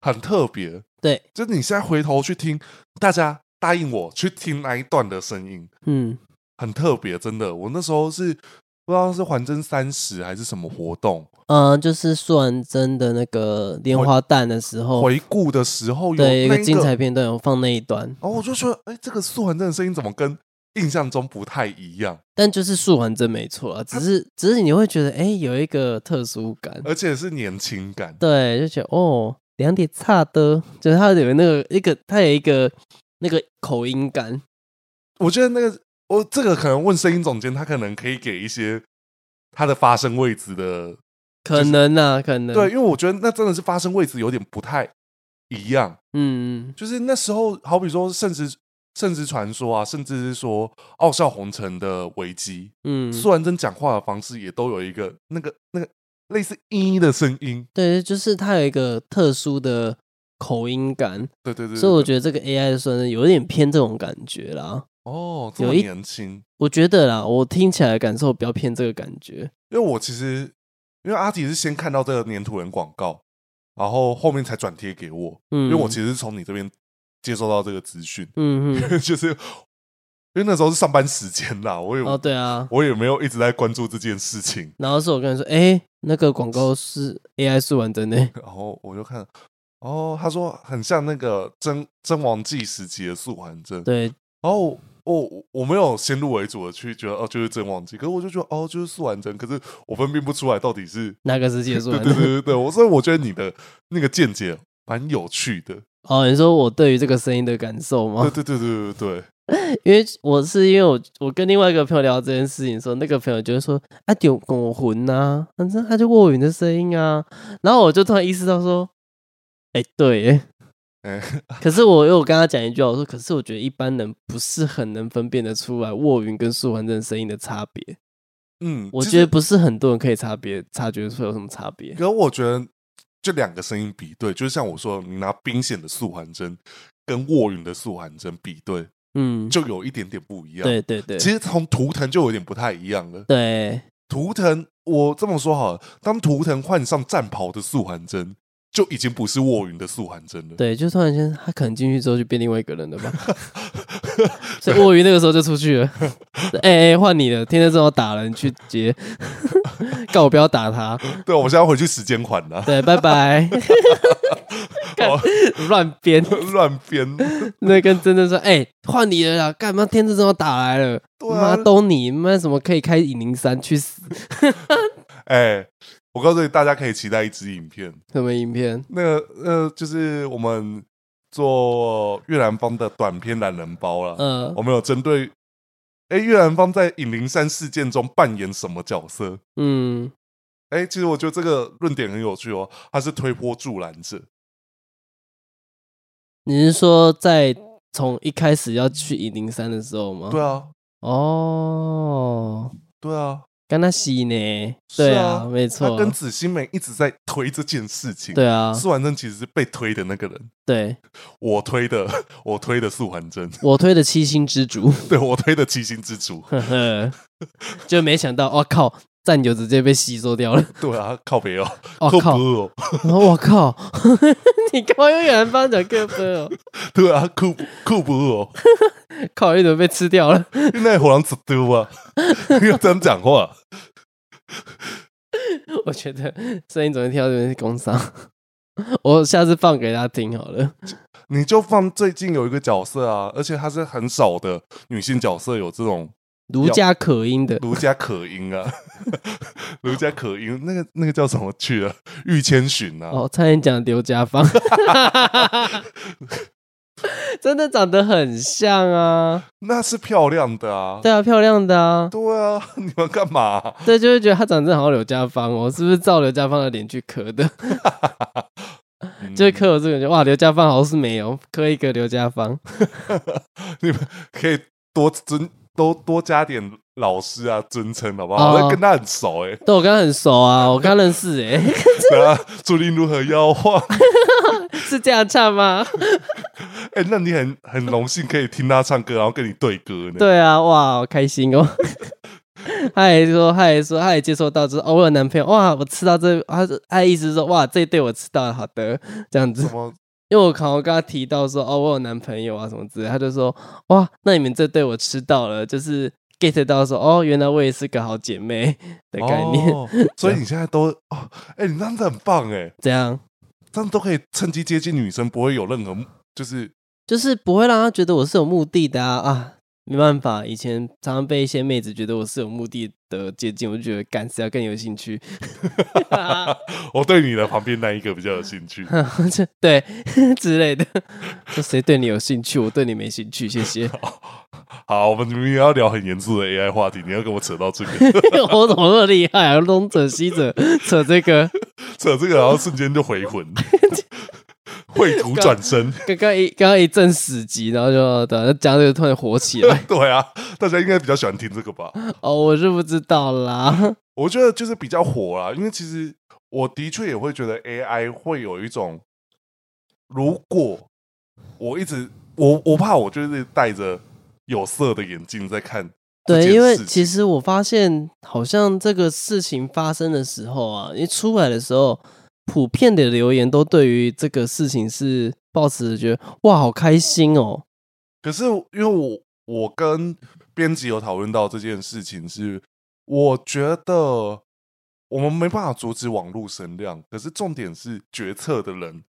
Speaker 1: 很特别，
Speaker 2: 对，
Speaker 1: 就是你现在回头去听，大家答应我去听那一段的声音，
Speaker 2: 嗯
Speaker 1: 很特别，真的。我那时候是不知道是还真三十还是什么活动，
Speaker 2: 呃，就是舒婉针的那个莲花弹的时候，
Speaker 1: 回顾的时候有
Speaker 2: 哦对一
Speaker 1: 那
Speaker 2: 个精彩片段，有放那一段，
Speaker 1: 然后我就说，哎、这个素还真的声音怎么跟印象中不太一样？
Speaker 2: 但就是舒缓针没错啊，只是只是你会觉得哎、有一个特殊感，
Speaker 1: 而且是年轻感。
Speaker 2: 对，就觉得哦，两点差的，就是他有那个一个，他有一个那个口音感，
Speaker 1: 我觉得那个，我这个可能问声音总监，他可能可以给一些他的发声位置的，
Speaker 2: 可能啊，可能
Speaker 1: 对，因为我觉得那真的是发声位置有点不太一样，
Speaker 2: 嗯
Speaker 1: 就是那时候好比说甚至甚至传说啊，甚至是说奥校红尘的危机，
Speaker 2: 嗯，
Speaker 1: 苏完真讲话的方式也都有一个那个那个类似“一”的声音，
Speaker 2: 对，就是它有一个特殊的口音感，
Speaker 1: 对对对
Speaker 2: 所以我
Speaker 1: 得
Speaker 2: 觉得这个 AI 算是有点偏这种感觉啦。
Speaker 1: 哦，这么
Speaker 2: 有一
Speaker 1: 年轻，
Speaker 2: 我觉得啦，我听起来的感受比较偏这个感觉。
Speaker 1: 因为我其实因为阿迪是先看到这个粘土人广告，然后后面才转贴给我，
Speaker 2: 嗯，
Speaker 1: 因为我其实是从你这边接收到这个资讯，
Speaker 2: 嗯嗯，
Speaker 1: 就是因为那时候是上班时间啦，我也、
Speaker 2: 哦对啊，
Speaker 1: 我也没有一直在关注这件事情，
Speaker 2: 然后是我跟你说，哎，那个广告是 AI 是完整的，
Speaker 1: 然后我就看。哦，他说很像那个《真真王记》时期的素还真，
Speaker 2: 对，
Speaker 1: 然后我我我没有先入为主的去觉得哦就是真忘记，可是我就觉得哦就是素完真，可是我分辨不出来到底是
Speaker 2: 那个是结束
Speaker 1: 对
Speaker 2: 完
Speaker 1: 对对
Speaker 2: 的。
Speaker 1: 对对，我所以我觉得你的那个见解蛮有趣的，
Speaker 2: 哦，你说我对于这个声音的感受吗
Speaker 1: 对？对对对对对，
Speaker 2: 因为我是因为我我跟另外一个朋友聊这件事情的时候，那个朋友就会说啊，丢拱魂呐，反正他就卧云的声音啊，然后我就突然意识到说，哎、对耶，
Speaker 1: 哎、
Speaker 2: 可是我又跟他讲一句话，我说，可是我觉得一般人不是很能分辨得出来卧云跟素还真声音的差别，
Speaker 1: 嗯，
Speaker 2: 我
Speaker 1: 其
Speaker 2: 觉
Speaker 1: 实
Speaker 2: 得，不是很多人可以察别察觉出有什么差别
Speaker 1: 可。是我觉得这两个声音比对，就是像我说的，你拿冰显的素还真跟卧云的素还真比对，
Speaker 2: 嗯，
Speaker 1: 就有一点点不一样。
Speaker 2: 对对对，
Speaker 1: 其实从图腾就有点不太一样了。
Speaker 2: 对，
Speaker 1: 图腾，我这么说好了，当图腾换上战袍的素还真，就已经不是卧云的素还真了。
Speaker 2: 对，就突然间他可能进去之后就变另外一个人了吧， 所以卧鱼那个时候就出去了。哎哎，换你了，天天这种打人去接， 告我不要打他。
Speaker 1: 对，我现在回去时间款 了，
Speaker 2: 对，拜拜。干
Speaker 1: 哦
Speaker 2: 乱编，
Speaker 1: 乱编。
Speaker 2: 那跟真正说，哎、换你了啦！干嘛天真这种打来了？
Speaker 1: 对
Speaker 2: 妈、
Speaker 1: 啊，
Speaker 2: 都你妈怎么可以开引零三去死？
Speaker 1: 哎，我告诉你，大家可以期待一支影片，
Speaker 2: 什么影片？
Speaker 1: 那个呃，就是我们做越南方的短片懒人包了，
Speaker 2: 呃
Speaker 1: 我们有针对。哎，越南方在隐灵山事件中扮演什么角色？
Speaker 2: 嗯，
Speaker 1: 哎，其实我觉得这个论点很有趣哦，他是推波助澜者，
Speaker 2: 你是说在从一开始要去引零三的时候吗？
Speaker 1: 对啊，
Speaker 2: 哦。
Speaker 1: 对啊，
Speaker 2: 跟他洗呢？
Speaker 1: 是
Speaker 2: 对
Speaker 1: 啊
Speaker 2: 啊，没
Speaker 1: 他
Speaker 2: 错，
Speaker 1: 跟紫心梅一直在推这件事情。
Speaker 2: 对啊，
Speaker 1: 素还真其实是被推的那个人，
Speaker 2: 对
Speaker 1: 我推的，我推的素还真，
Speaker 2: 我推的七星之主，
Speaker 1: 对我推的七星之主，
Speaker 2: 呵呵，就没想到，我、哦靠，战友直接被吸收掉了，
Speaker 1: 对啊，靠北哦，
Speaker 2: 我、
Speaker 1: 靠
Speaker 2: 靠
Speaker 1: 北，哦，
Speaker 2: 我、靠， 你干嘛用远方讲课分哦？
Speaker 1: 对啊，酷酷不哦，
Speaker 2: 靠，一准被吃掉了，
Speaker 1: 那火狼子丢啊， 要这样讲话，
Speaker 2: 我觉得声音怎么听到这边是工伤，我下次放给他听好了。
Speaker 1: 你就放最近有一个角色啊，而且她是很少的女性角色有这种
Speaker 2: 儒家可音的，
Speaker 1: 儒家可音啊， 儒家可音，那个那个叫什么去了？玉千寻啊，
Speaker 2: 哦，差点讲刘家 芳， 真的长得很像啊，
Speaker 1: 那是漂亮的啊，
Speaker 2: 对啊，漂亮的啊，
Speaker 1: 对啊， 你们干嘛、啊
Speaker 2: 对，就会觉得他长得好像刘家芳哦，是不是照刘家芳的脸去磕的？
Speaker 1: 嗯
Speaker 2: 就会磕我这个人觉得，哇，刘家芳好像是没有磕一个刘家芳，
Speaker 1: 你们可以多尊多多加点老师啊尊称好不好？
Speaker 2: 哦
Speaker 1: 我、跟他很熟哎、欸，
Speaker 2: 对我跟他很熟 啊，我刚认识欸诶、
Speaker 1: 然后朱琳如何妖化？
Speaker 2: 是这样唱吗？
Speaker 1: 哎、那你很很荣幸可以听他唱歌，然后跟你对歌呢。
Speaker 2: 对啊，哇，好开心哦。 他还说，他还说，他也接受到，就是偶尔男朋友，哇，我吃到这，他是他意思是说，哇，这一对我吃到了，好的，这样子
Speaker 1: 什。么？
Speaker 2: 因为我刚刚跟他提到说，哦，我有男朋友啊什么之类，他就说，哇，那你们这对我吃到了，就是 get 到说，哦，原来我也是个好姐妹 的概念，
Speaker 1: 哦、所以你现在都哦，哎、你这样子很棒哎、
Speaker 2: 这样
Speaker 1: 这样都可以趁机接近女生，不会有任何就是
Speaker 2: 就是不会让他觉得我是有目的的啊啊，没办法，以前常常被一些妹子觉得我是有目的的接近，我就觉得干死要更有兴趣，
Speaker 1: 我对你的旁边那一个比较有兴趣。
Speaker 2: 这对 之类的，说谁对你有兴趣，我对你没兴趣，谢谢，
Speaker 1: 好，我们明明要聊很严肃的 AI 话题，你要跟我扯到这个，
Speaker 2: 我怎么那么厉害啊，东扯西扯扯这个。
Speaker 1: 扯这个，然后瞬间就回魂。 绘图转身，
Speaker 2: 刚刚一刚刚一阵死寂，然后就对啊，讲到这个突然火起来。
Speaker 1: 对啊，大家应该比较喜欢听这个吧？
Speaker 2: 哦，我是不知道啦。
Speaker 1: 我觉得就是比较火啦，因为其实我的确也会觉得 AI 会有一种，如果我一直我我怕我就是戴着有色的眼镜在看这件事情，
Speaker 2: 对，因为其实我发现，好像这个事情发生的时候啊，一出来的时候，普遍的留言都对于这个事情是抱持着觉得哇，好开心哦。
Speaker 1: 可是因为我我跟编辑有讨论到这件事情是，我觉得我们没办法阻止网络声量，可是重点是决策的人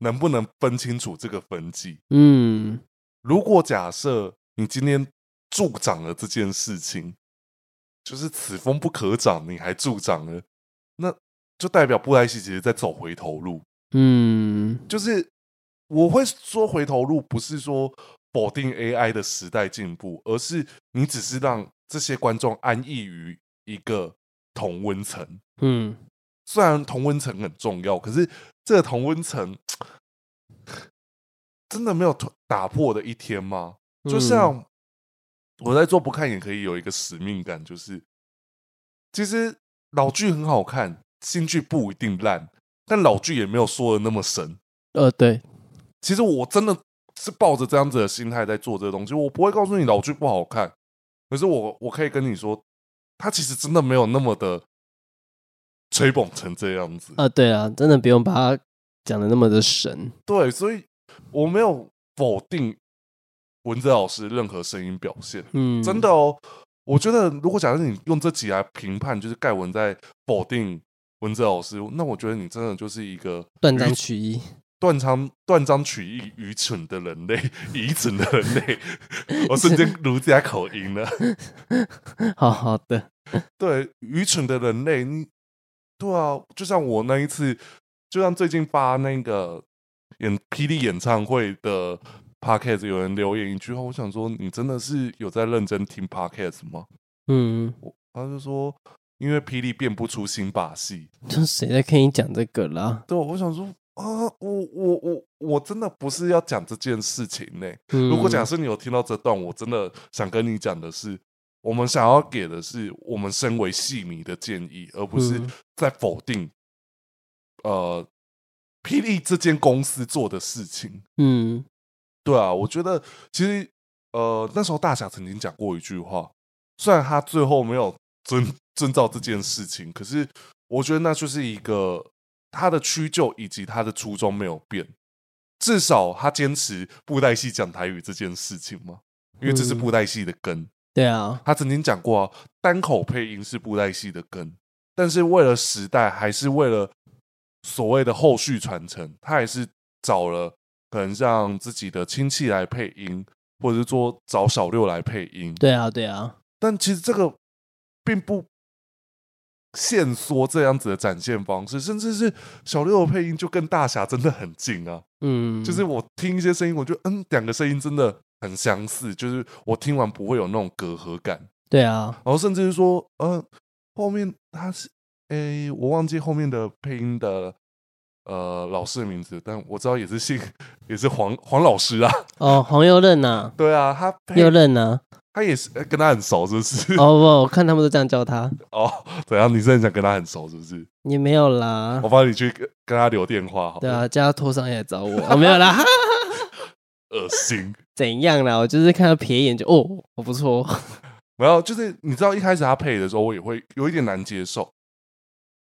Speaker 1: 能不能分清楚这个分际。
Speaker 2: 嗯，
Speaker 1: 如果假设你今天助长了这件事情，就是此风不可长，你还助长了，那就代表布莱希其实在走回头路。
Speaker 2: 嗯，
Speaker 1: 就是我会说回头路，不是说否定 AI 的时代进步，而是你只是让这些观众安逸于一个同温层。
Speaker 2: 嗯，
Speaker 1: 虽然同温层很重要，可是这个同温层真的没有突打破的一天吗？就像我在做不看也可以有一个使命感，就是其实老剧很好看，新剧不一定烂，但老剧也没有说的那么神。
Speaker 2: 呃，对，
Speaker 1: 其实我真的是抱着这样子的心态在做这个东西，我不会告诉你老剧不好看，可是我我可以跟你说，它其实真的没有那么的吹捧成这样子。
Speaker 2: 啊，对啊，真的不用把它讲的那么的神。
Speaker 1: 对，所以我没有否定文泽老师任何声音表现，
Speaker 2: 嗯，
Speaker 1: 真的哦。我觉得如果假设你用这集来评判，就是盖文在否定文泽老师，那我觉得你真的就是一个
Speaker 2: 断章取义。
Speaker 1: 断章断章取义、愚蠢的人类， 愚蠢的人类， 我瞬间儒家口音了。
Speaker 2: 好好的，
Speaker 1: 对，愚蠢的人类，你对啊，就像我那一次，就像最近发那个演霹雳演唱会的 podcast，有人留言一句话，我想说，你真的是有在认真听 podcast 吗？
Speaker 2: 嗯，
Speaker 1: 我他就说，因为霹雳变不出新把戏。
Speaker 2: 就谁在跟你讲这个啦？
Speaker 1: 对，我想说啊，我我我我真的不是要讲这件事情呢、
Speaker 2: 嗯、
Speaker 1: 如果假设你有听到这段，我真的想跟你讲的是，我们想要给的是我们身为戏迷的建议，而不是
Speaker 2: 嗯
Speaker 1: 在否定、呃霹雳这间公司做的事情。
Speaker 2: 嗯
Speaker 1: 对啊，我觉得其实呃那时候大侠曾经讲过一句话，虽然他最后没有遵遵照这件事情，可是我觉得那就是一个他的屈就以及他的初衷没有变，至少他坚持布袋戏讲台语这件事情嘛，因为这是
Speaker 2: 嗯
Speaker 1: 布袋戏的根。
Speaker 2: 对啊，
Speaker 1: 他曾经讲过、啊，单口配音是布袋戏的根，但是为了时代，还是为了所谓的后续传承，他还是找了可能让自己的亲戚来配音，或者是说找小六来配音。
Speaker 2: 对啊，对啊，
Speaker 1: 但其实这个并不限缩这样子的展现方式，甚至是小六的配音就跟大侠真的很近啊。
Speaker 2: 嗯，
Speaker 1: 就是我听一些声音，我觉得嗯，两个声音真的很相似，就是我听完不会有那种隔阂感。
Speaker 2: 对啊，
Speaker 1: 然后甚至是说，呃，后面他是，诶，我忘记后面的配音的呃老师的名字，但我知道也是姓，也是黄黄老师啊，
Speaker 2: 哦，黄又任呐、
Speaker 1: 对啊，他配
Speaker 2: 又任呐、
Speaker 1: 他也是、呃跟他很熟，是不是？
Speaker 2: 哦不，我看他们都这样叫他，
Speaker 1: 哦，怎样？你是很想跟他很熟，是不是？
Speaker 2: 也没有啦
Speaker 1: 我，帮你去跟跟他留电话，好了，
Speaker 2: 对啊，叫他拖上来找我，哦没有啦，哈 哈
Speaker 1: 恶心。
Speaker 2: 怎样啦？我就是看到瞥一眼就哦，我不错哦，
Speaker 1: 然后就是你知道一开始他配的时候，我也会有一点难接受，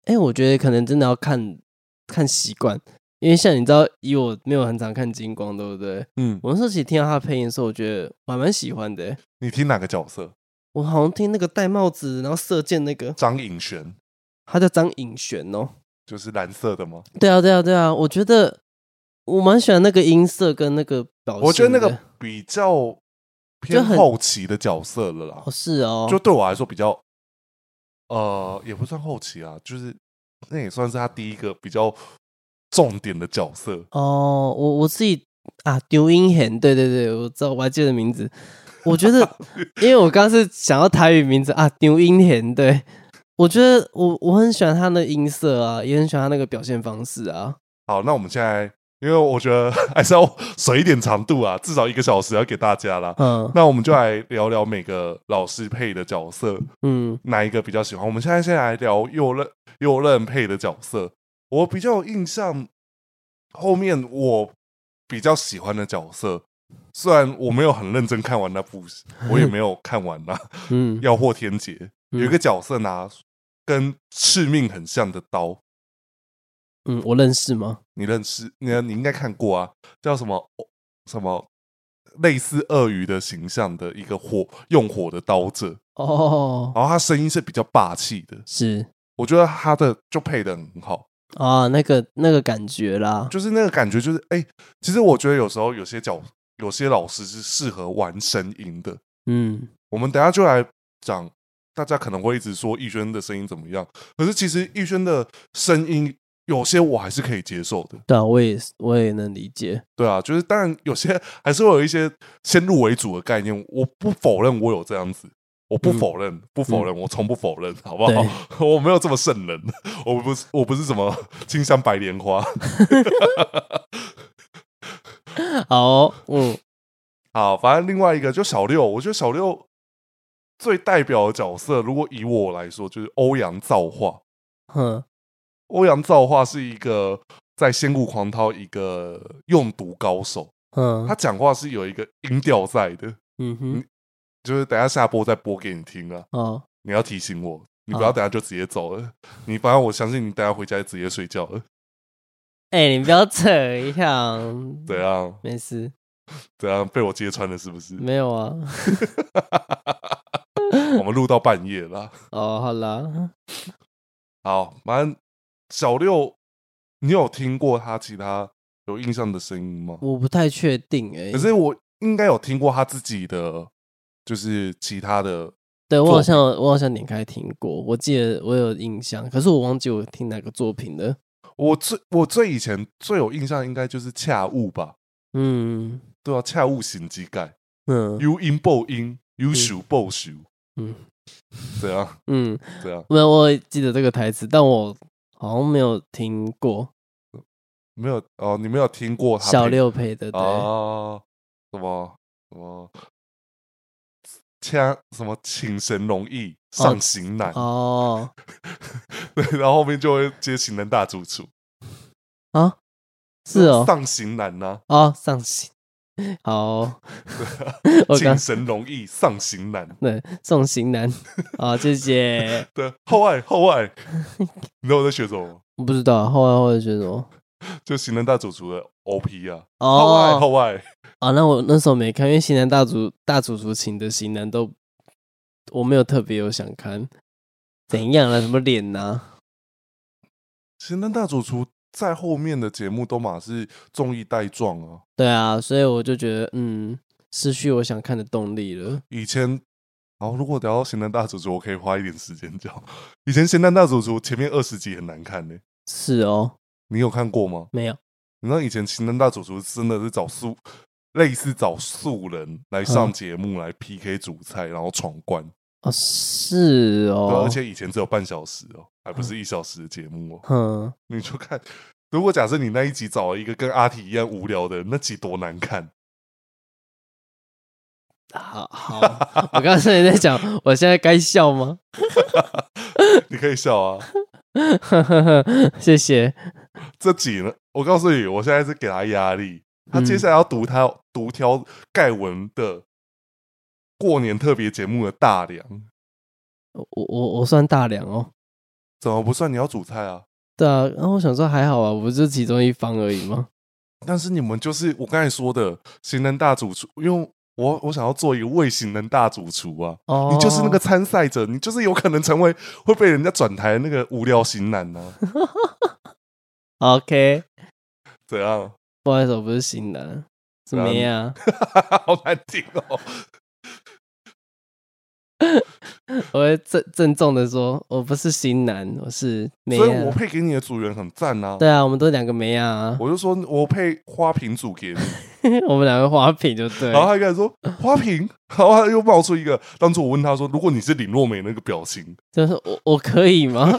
Speaker 2: 哎、我觉得可能真的要看看习惯，因为像你知道，以我没有很常看金光，对不对？
Speaker 1: 嗯，
Speaker 2: 我那时候其实听到他的配音的时候，我觉得我还蛮喜欢的、欸
Speaker 1: 你听哪个角色？
Speaker 2: 我好像听那个戴帽子然后射箭那个，
Speaker 1: 张颖璇，
Speaker 2: 他叫张颖璇哦。
Speaker 1: 就是蓝色的吗？
Speaker 2: 对啊，对啊，对啊，我觉得我蛮喜欢那个音色跟那个表情的。
Speaker 1: 我觉得那个比较偏
Speaker 2: 就很
Speaker 1: 后期的角色了啦
Speaker 2: 哦，是哦，
Speaker 1: 就对我来说比较，呃，也不算后期啊，就是那也算是他第一个比较重点的角色。
Speaker 2: 哦，我我自己啊，丢英贤，对对对，我知道，我还记得名字。我 觉得，因为我刚刚是想要台语名字啊，丢英贤，对我觉得我我很喜欢他的音色啊，也很喜欢他那个表现方式啊。
Speaker 1: 好，那我们现在因为我觉得 还是要省一点长度啊，至少一个小时要给大家啦。
Speaker 2: 嗯
Speaker 1: 那我们就来聊聊每个老师配的角色，
Speaker 2: 嗯
Speaker 1: 哪一个比较喜欢？我们现在先来聊右任右任配的角色，我比较有印象，后面我比较喜欢的角色，虽然我没有很认真看完那部，我也没有看完啦、
Speaker 2: 嗯，
Speaker 1: 要破天劫
Speaker 2: 嗯
Speaker 1: 有一个角色拿跟敕命很像的刀，
Speaker 2: 嗯，我认识吗？
Speaker 1: 你认识？你你应该看过啊，叫什么什么类似鳄鱼的形象的一个火用火的刀者，
Speaker 2: 哦，
Speaker 1: 然后他声音是比较霸气的，
Speaker 2: 是
Speaker 1: 我觉得他的就配的很好，
Speaker 2: 啊，那个那个感觉啦，
Speaker 1: 就是那个感觉，就是哎、其实我觉得有时候有些角有些老师是适合玩声音的，
Speaker 2: 嗯
Speaker 1: 我们等一下就来讲，大家可能会一直说逸轩的声音怎么样，可是其实逸轩的声音有些我还是可以接受的，
Speaker 2: 对啊，我也是我也能理解，
Speaker 1: 对啊，就是当然有些还是会有一些先入为主的概念，我不否认我有这样子。我不
Speaker 2: 嗯
Speaker 1: 否认，不否认，我从不否认，好不
Speaker 2: 对
Speaker 1: 好？ 我没有这么圣人，我不是，我不是什么清香白莲花。
Speaker 2: 好哦、嗯
Speaker 1: 好，反正另外一个就小六，我觉得小六最代表的角色，如果以我来说，就是欧阳造化。
Speaker 2: 哼，
Speaker 1: 欧阳造化是一个在《仙谷狂涛》一个用毒高手，
Speaker 2: 嗯
Speaker 1: 他讲话是有一个音调在的，
Speaker 2: 嗯哼，
Speaker 1: 就是等一下下播再播给你听啊，
Speaker 2: 哦，
Speaker 1: 你要提醒我。你不要
Speaker 2: 好
Speaker 1: 等一下就直接走了，你反正我相信你等一下回家就直接睡觉了，
Speaker 2: 哎、你不要扯一下，
Speaker 1: 怎样
Speaker 2: 没事，
Speaker 1: 怎样被我揭穿了是不是？
Speaker 2: 没有啊，
Speaker 1: 我们录到半夜了啊，
Speaker 2: 哦，好啦，
Speaker 1: 好，反正小六，你有听过他其他有印象的声音吗？
Speaker 2: 我不太确定哎、
Speaker 1: 可是我应该有听过他自己的，就是其他的，
Speaker 2: 对我
Speaker 1: 作
Speaker 2: 好
Speaker 1: 品
Speaker 2: 像有我好像点开听过，我记得我有印象，可是我忘记我听哪个作品了，
Speaker 1: 我最我最以前最有印象应该就是恰物吧，
Speaker 2: 嗯
Speaker 1: 对啊，恰物型机盖
Speaker 2: 嗯
Speaker 1: ，U 音爆音，U 数爆啊数，
Speaker 2: 嗯
Speaker 1: 怎样
Speaker 2: 嗯，
Speaker 1: 怎样？
Speaker 2: 没有，我记得这个台词，但我好像没有听过。
Speaker 1: 没有哦，你没有听过他
Speaker 2: 小
Speaker 1: 配
Speaker 2: 六配的，对，
Speaker 1: 哦，什么什么掐什么请神容易上行难，
Speaker 2: 哦
Speaker 1: 对，然后后面就会接行人大主厨，
Speaker 2: 啊，是哦，
Speaker 1: 上啊行难呐、
Speaker 2: 哦，上行，好哦， 我
Speaker 1: 请
Speaker 2: 刚
Speaker 1: 神容易上行难，
Speaker 2: 对送行男，好，谢谢，
Speaker 1: 对，后爱后 爱，你知道我在学什么吗？
Speaker 2: 我不知道后来或者是什么，
Speaker 1: 就行人大主厨的 OP 啊，后爱
Speaker 2: 哦，
Speaker 1: 后爱，
Speaker 2: 啊，那我那时候没看，因为型男大主大主厨请的型男都我没有特别有想看，怎样啊，什么脸呐，
Speaker 1: 行人大主厨在后面的节目都嘛是综艺带状啊，
Speaker 2: 对啊，所以我就觉得嗯，失去我想看的动力了，
Speaker 1: 以前，然后如果聊到咸蛋大主厨，我可以花一点时间讲。以前咸蛋大主厨前面二十集很难看呢、
Speaker 2: 是哦，
Speaker 1: 你有看过吗？
Speaker 2: 没有，
Speaker 1: 你知道以前咸蛋大主厨真的是找素，类似找素人来上
Speaker 2: 嗯
Speaker 1: 节目来 PK 主菜，然后闯关。
Speaker 2: 哦，是
Speaker 1: 对啊，
Speaker 2: 哦嗯
Speaker 1: 而，且以前只有半小时哦，还不是一小时的节目哦。
Speaker 2: 哼。
Speaker 1: 你就看，如果假设你那一集找了一个跟阿提一样无聊的人，那集多难看。
Speaker 2: 好好，我刚才在讲，我现在该笑吗？
Speaker 1: 你可以笑啊。
Speaker 2: 谢谢。
Speaker 1: 这集呢，我告诉你，我现在是给他压力，他
Speaker 2: 嗯
Speaker 1: 接下来要读他独挑盖文的过年特别节目的大梁，
Speaker 2: 我我我算大梁哦。
Speaker 1: 怎么不算你要煮菜啊？
Speaker 2: 对啊，然后我想说还好啊，我不是其中一方而已吗？
Speaker 1: 但是你们就是我刚才说的型人大主厨，因为我我想要做一个为型人大主厨啊，
Speaker 2: 哦，
Speaker 1: 你就是那个参赛者，你就是有可能成为会被人家转台的那个无聊型男 呢、啊？
Speaker 2: 哦 OK，
Speaker 1: 怎样？
Speaker 2: 不好意思，我不是型男，啊怎
Speaker 1: 啊
Speaker 2: 么样？
Speaker 1: 好难听哦！
Speaker 2: 我会郑郑重的说，我不是型男，我是梅
Speaker 1: 所以我
Speaker 2: 亚。
Speaker 1: 配给你的组员很赞啊。
Speaker 2: 对啊，我们都两个梅亚啊，
Speaker 1: 我就说我配花瓶组给你。
Speaker 2: 我们两个花瓶就 对
Speaker 1: 然。后他跟他说花瓶， 然后他又冒出一个，当初我问他说，如 果你是李若美那个表情，
Speaker 2: 就是我我可以吗？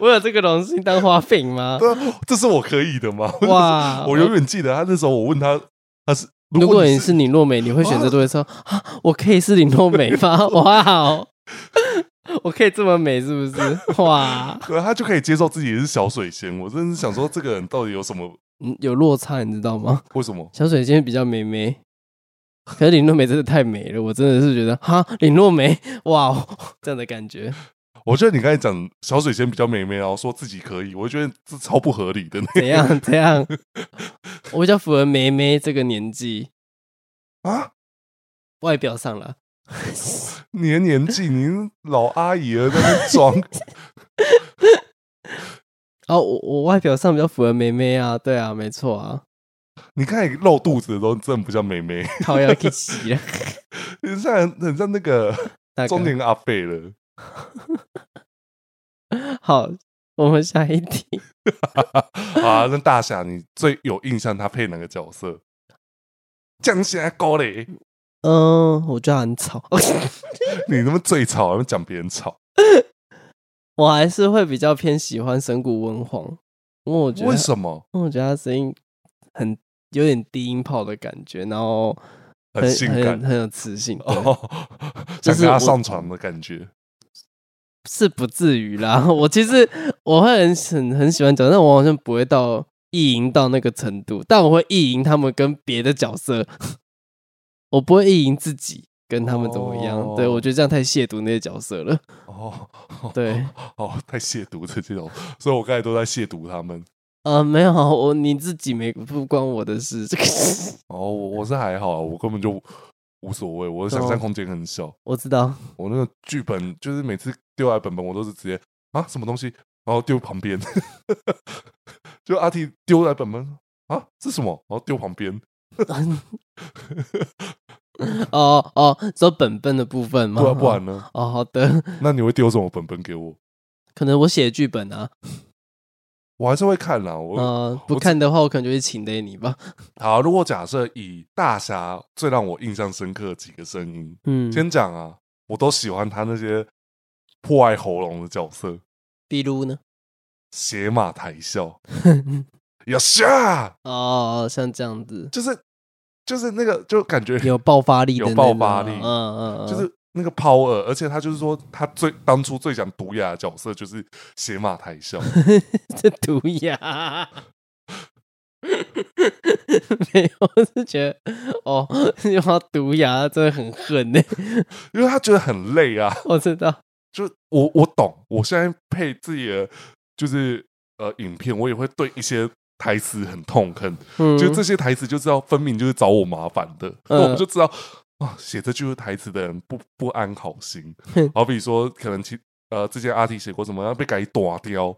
Speaker 2: 我有这个荣幸当花瓶吗？
Speaker 1: 对啊，这是我可以的吗？
Speaker 2: 哇，
Speaker 1: 我永远记得他那时候，我问他，他是
Speaker 2: 如果
Speaker 1: 你
Speaker 2: 你是李诺美，你会选择对说啊，我可以是李诺美 吗？哇哦，我可以这么美是不是？哇，
Speaker 1: 对啊，他就可以接受自己是小水仙。我真是想说，这个人到底有什么？
Speaker 2: 嗯有落差，你知道吗？
Speaker 1: 为什么？
Speaker 2: 小水仙比较美眉，可是李诺美真的太美了，我真的是觉得哈，李诺美哇哦这样的感觉，
Speaker 1: 我觉得你刚才讲小水仙比较美美，然后说自己可以，我觉得这超不合理的。
Speaker 2: 怎样怎样？我比较符合梅梅这个年纪，
Speaker 1: 啊，
Speaker 2: 外表上了。
Speaker 1: 你的年纪，你老阿姨了，在那边装
Speaker 2: 哦，我我外表上比较符合梅梅啊，对啊，没错啊，
Speaker 1: 你看你露肚子的时候，真的不像妹妹，
Speaker 2: 靠要一起了，
Speaker 1: 你像很像那个
Speaker 2: 大哥
Speaker 1: 中年阿伯了。
Speaker 2: 好，我们下一题。
Speaker 1: 好啊，那大侠，你最有印象他配哪个角色？讲起来高嘞，
Speaker 2: 嗯，我觉得很吵，
Speaker 1: 你他妈最吵，他妈讲别人吵，
Speaker 2: 我还是会比较偏喜欢神谷文皇，因为我觉得
Speaker 1: 为，什么？
Speaker 2: 因为我觉得他声音很有点低音炮的感觉，然后
Speaker 1: 很性感
Speaker 2: 很很有磁性，对
Speaker 1: 哦，
Speaker 2: 就
Speaker 1: 想
Speaker 2: 是
Speaker 1: 跟他
Speaker 2: 我
Speaker 1: 上床的感觉。
Speaker 2: 是不至于啦。 我其实我会很很很喜欢讲，但我好像不会到意淫到那个程度，但我会意淫他们跟别的角色，我不会意淫自己跟他们怎么样。对
Speaker 1: 哦
Speaker 2: 我觉得这样太亵渎那些角色了。
Speaker 1: 哦，
Speaker 2: 对，
Speaker 1: 哦，太亵渎这这种，所以我刚才都在亵渎他们。
Speaker 2: 呃，没有，我你自己没不关我的事。 这个
Speaker 1: 哦，我我是还好啊，我根本就无所谓，我的
Speaker 2: 哦
Speaker 1: 想象空间很小。
Speaker 2: 我知道，
Speaker 1: 我那个剧本就是每次丢来本本，我都是直接啊什么东西，然后丢旁边， 就阿 T 丢来本本啊是什么，然后丢旁边，
Speaker 2: 哦哦，说本本的部分吗？
Speaker 1: 不然不然呢？
Speaker 2: 哦，好的，
Speaker 1: 那你会丢什么本本给我？
Speaker 2: 可能我写剧本啊，
Speaker 1: 我还是会看啦。我、
Speaker 2: 呃，不
Speaker 1: 我
Speaker 2: 看的话，我可能就会请的你吧。
Speaker 1: 好，如果假设以大侠最让我印象深刻的几个声音，
Speaker 2: 嗯，
Speaker 1: 先讲啊，我都喜欢他那些破坏喉咙的角色，
Speaker 2: 比如呢？
Speaker 1: 血马抬 笑，呀下，
Speaker 2: 哦，像这样子
Speaker 1: 就是就是那个就感觉
Speaker 2: 有爆发力的那
Speaker 1: 有
Speaker 2: 种啊，
Speaker 1: 爆发力
Speaker 2: 嗯嗯，嗯
Speaker 1: 就是那个 power，而且他就是说他最当初最想毒哑的角色就是血马台笑，
Speaker 2: 这毒牙。 没有，我是觉得哦， 你把毒牙真的很恨呢、欸
Speaker 1: 因为他觉得很累啊。
Speaker 2: 我知道，
Speaker 1: 就我我懂，我现在配自己的就是呃影片，我也会对一些台词很痛恨，
Speaker 2: 嗯，
Speaker 1: 就这些台词就知道分明就是找我麻烦的， 那我们就知道啊，写这句台词的人不不安好心。好比说，可能其呃之前阿 T 写过什么要被改打掉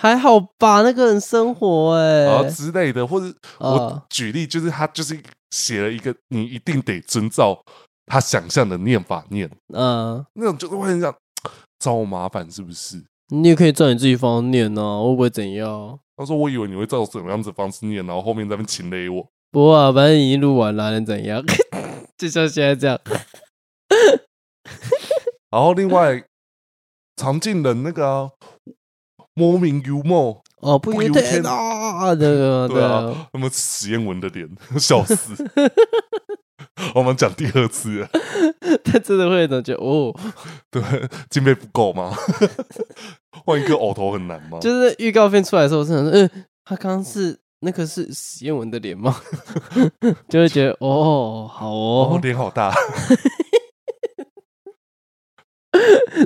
Speaker 2: 还好吧，那个人生活哎、
Speaker 1: 啊之类的，或者我
Speaker 2: 啊
Speaker 1: 举例就是他就是写了一个你一定得遵照他想象的念法念，
Speaker 2: 嗯，
Speaker 1: 那种就是会很想找我麻烦是不是？
Speaker 2: 你也可以照你自己方向念啊，会不会怎样？
Speaker 1: 他说我以为你会照什么样子的方式念，然后后面在那边请勒我。
Speaker 2: 不过、啊、反正已经录完了，能怎样？ 就像现在这样，
Speaker 1: 然后另外 常进人那个、啊、莫名幽默。
Speaker 2: 哦，不
Speaker 1: 不
Speaker 2: 一
Speaker 1: 由
Speaker 2: 定
Speaker 1: 天
Speaker 2: 啊，这个
Speaker 1: 对
Speaker 2: 对
Speaker 1: 啊，那么实验文的脸，, 笑死！我们讲第二次了，
Speaker 2: 他啊 真的会有一种觉得哦，
Speaker 1: 对，经费不够吗？ 换一个偶头很难吗？
Speaker 2: 就是预告片出来的时候，我真的是，嗯，他刚刚是那个是史艳文的脸吗？ 就会觉得哦，好
Speaker 1: 哦，
Speaker 2: 哦，
Speaker 1: 脸好大，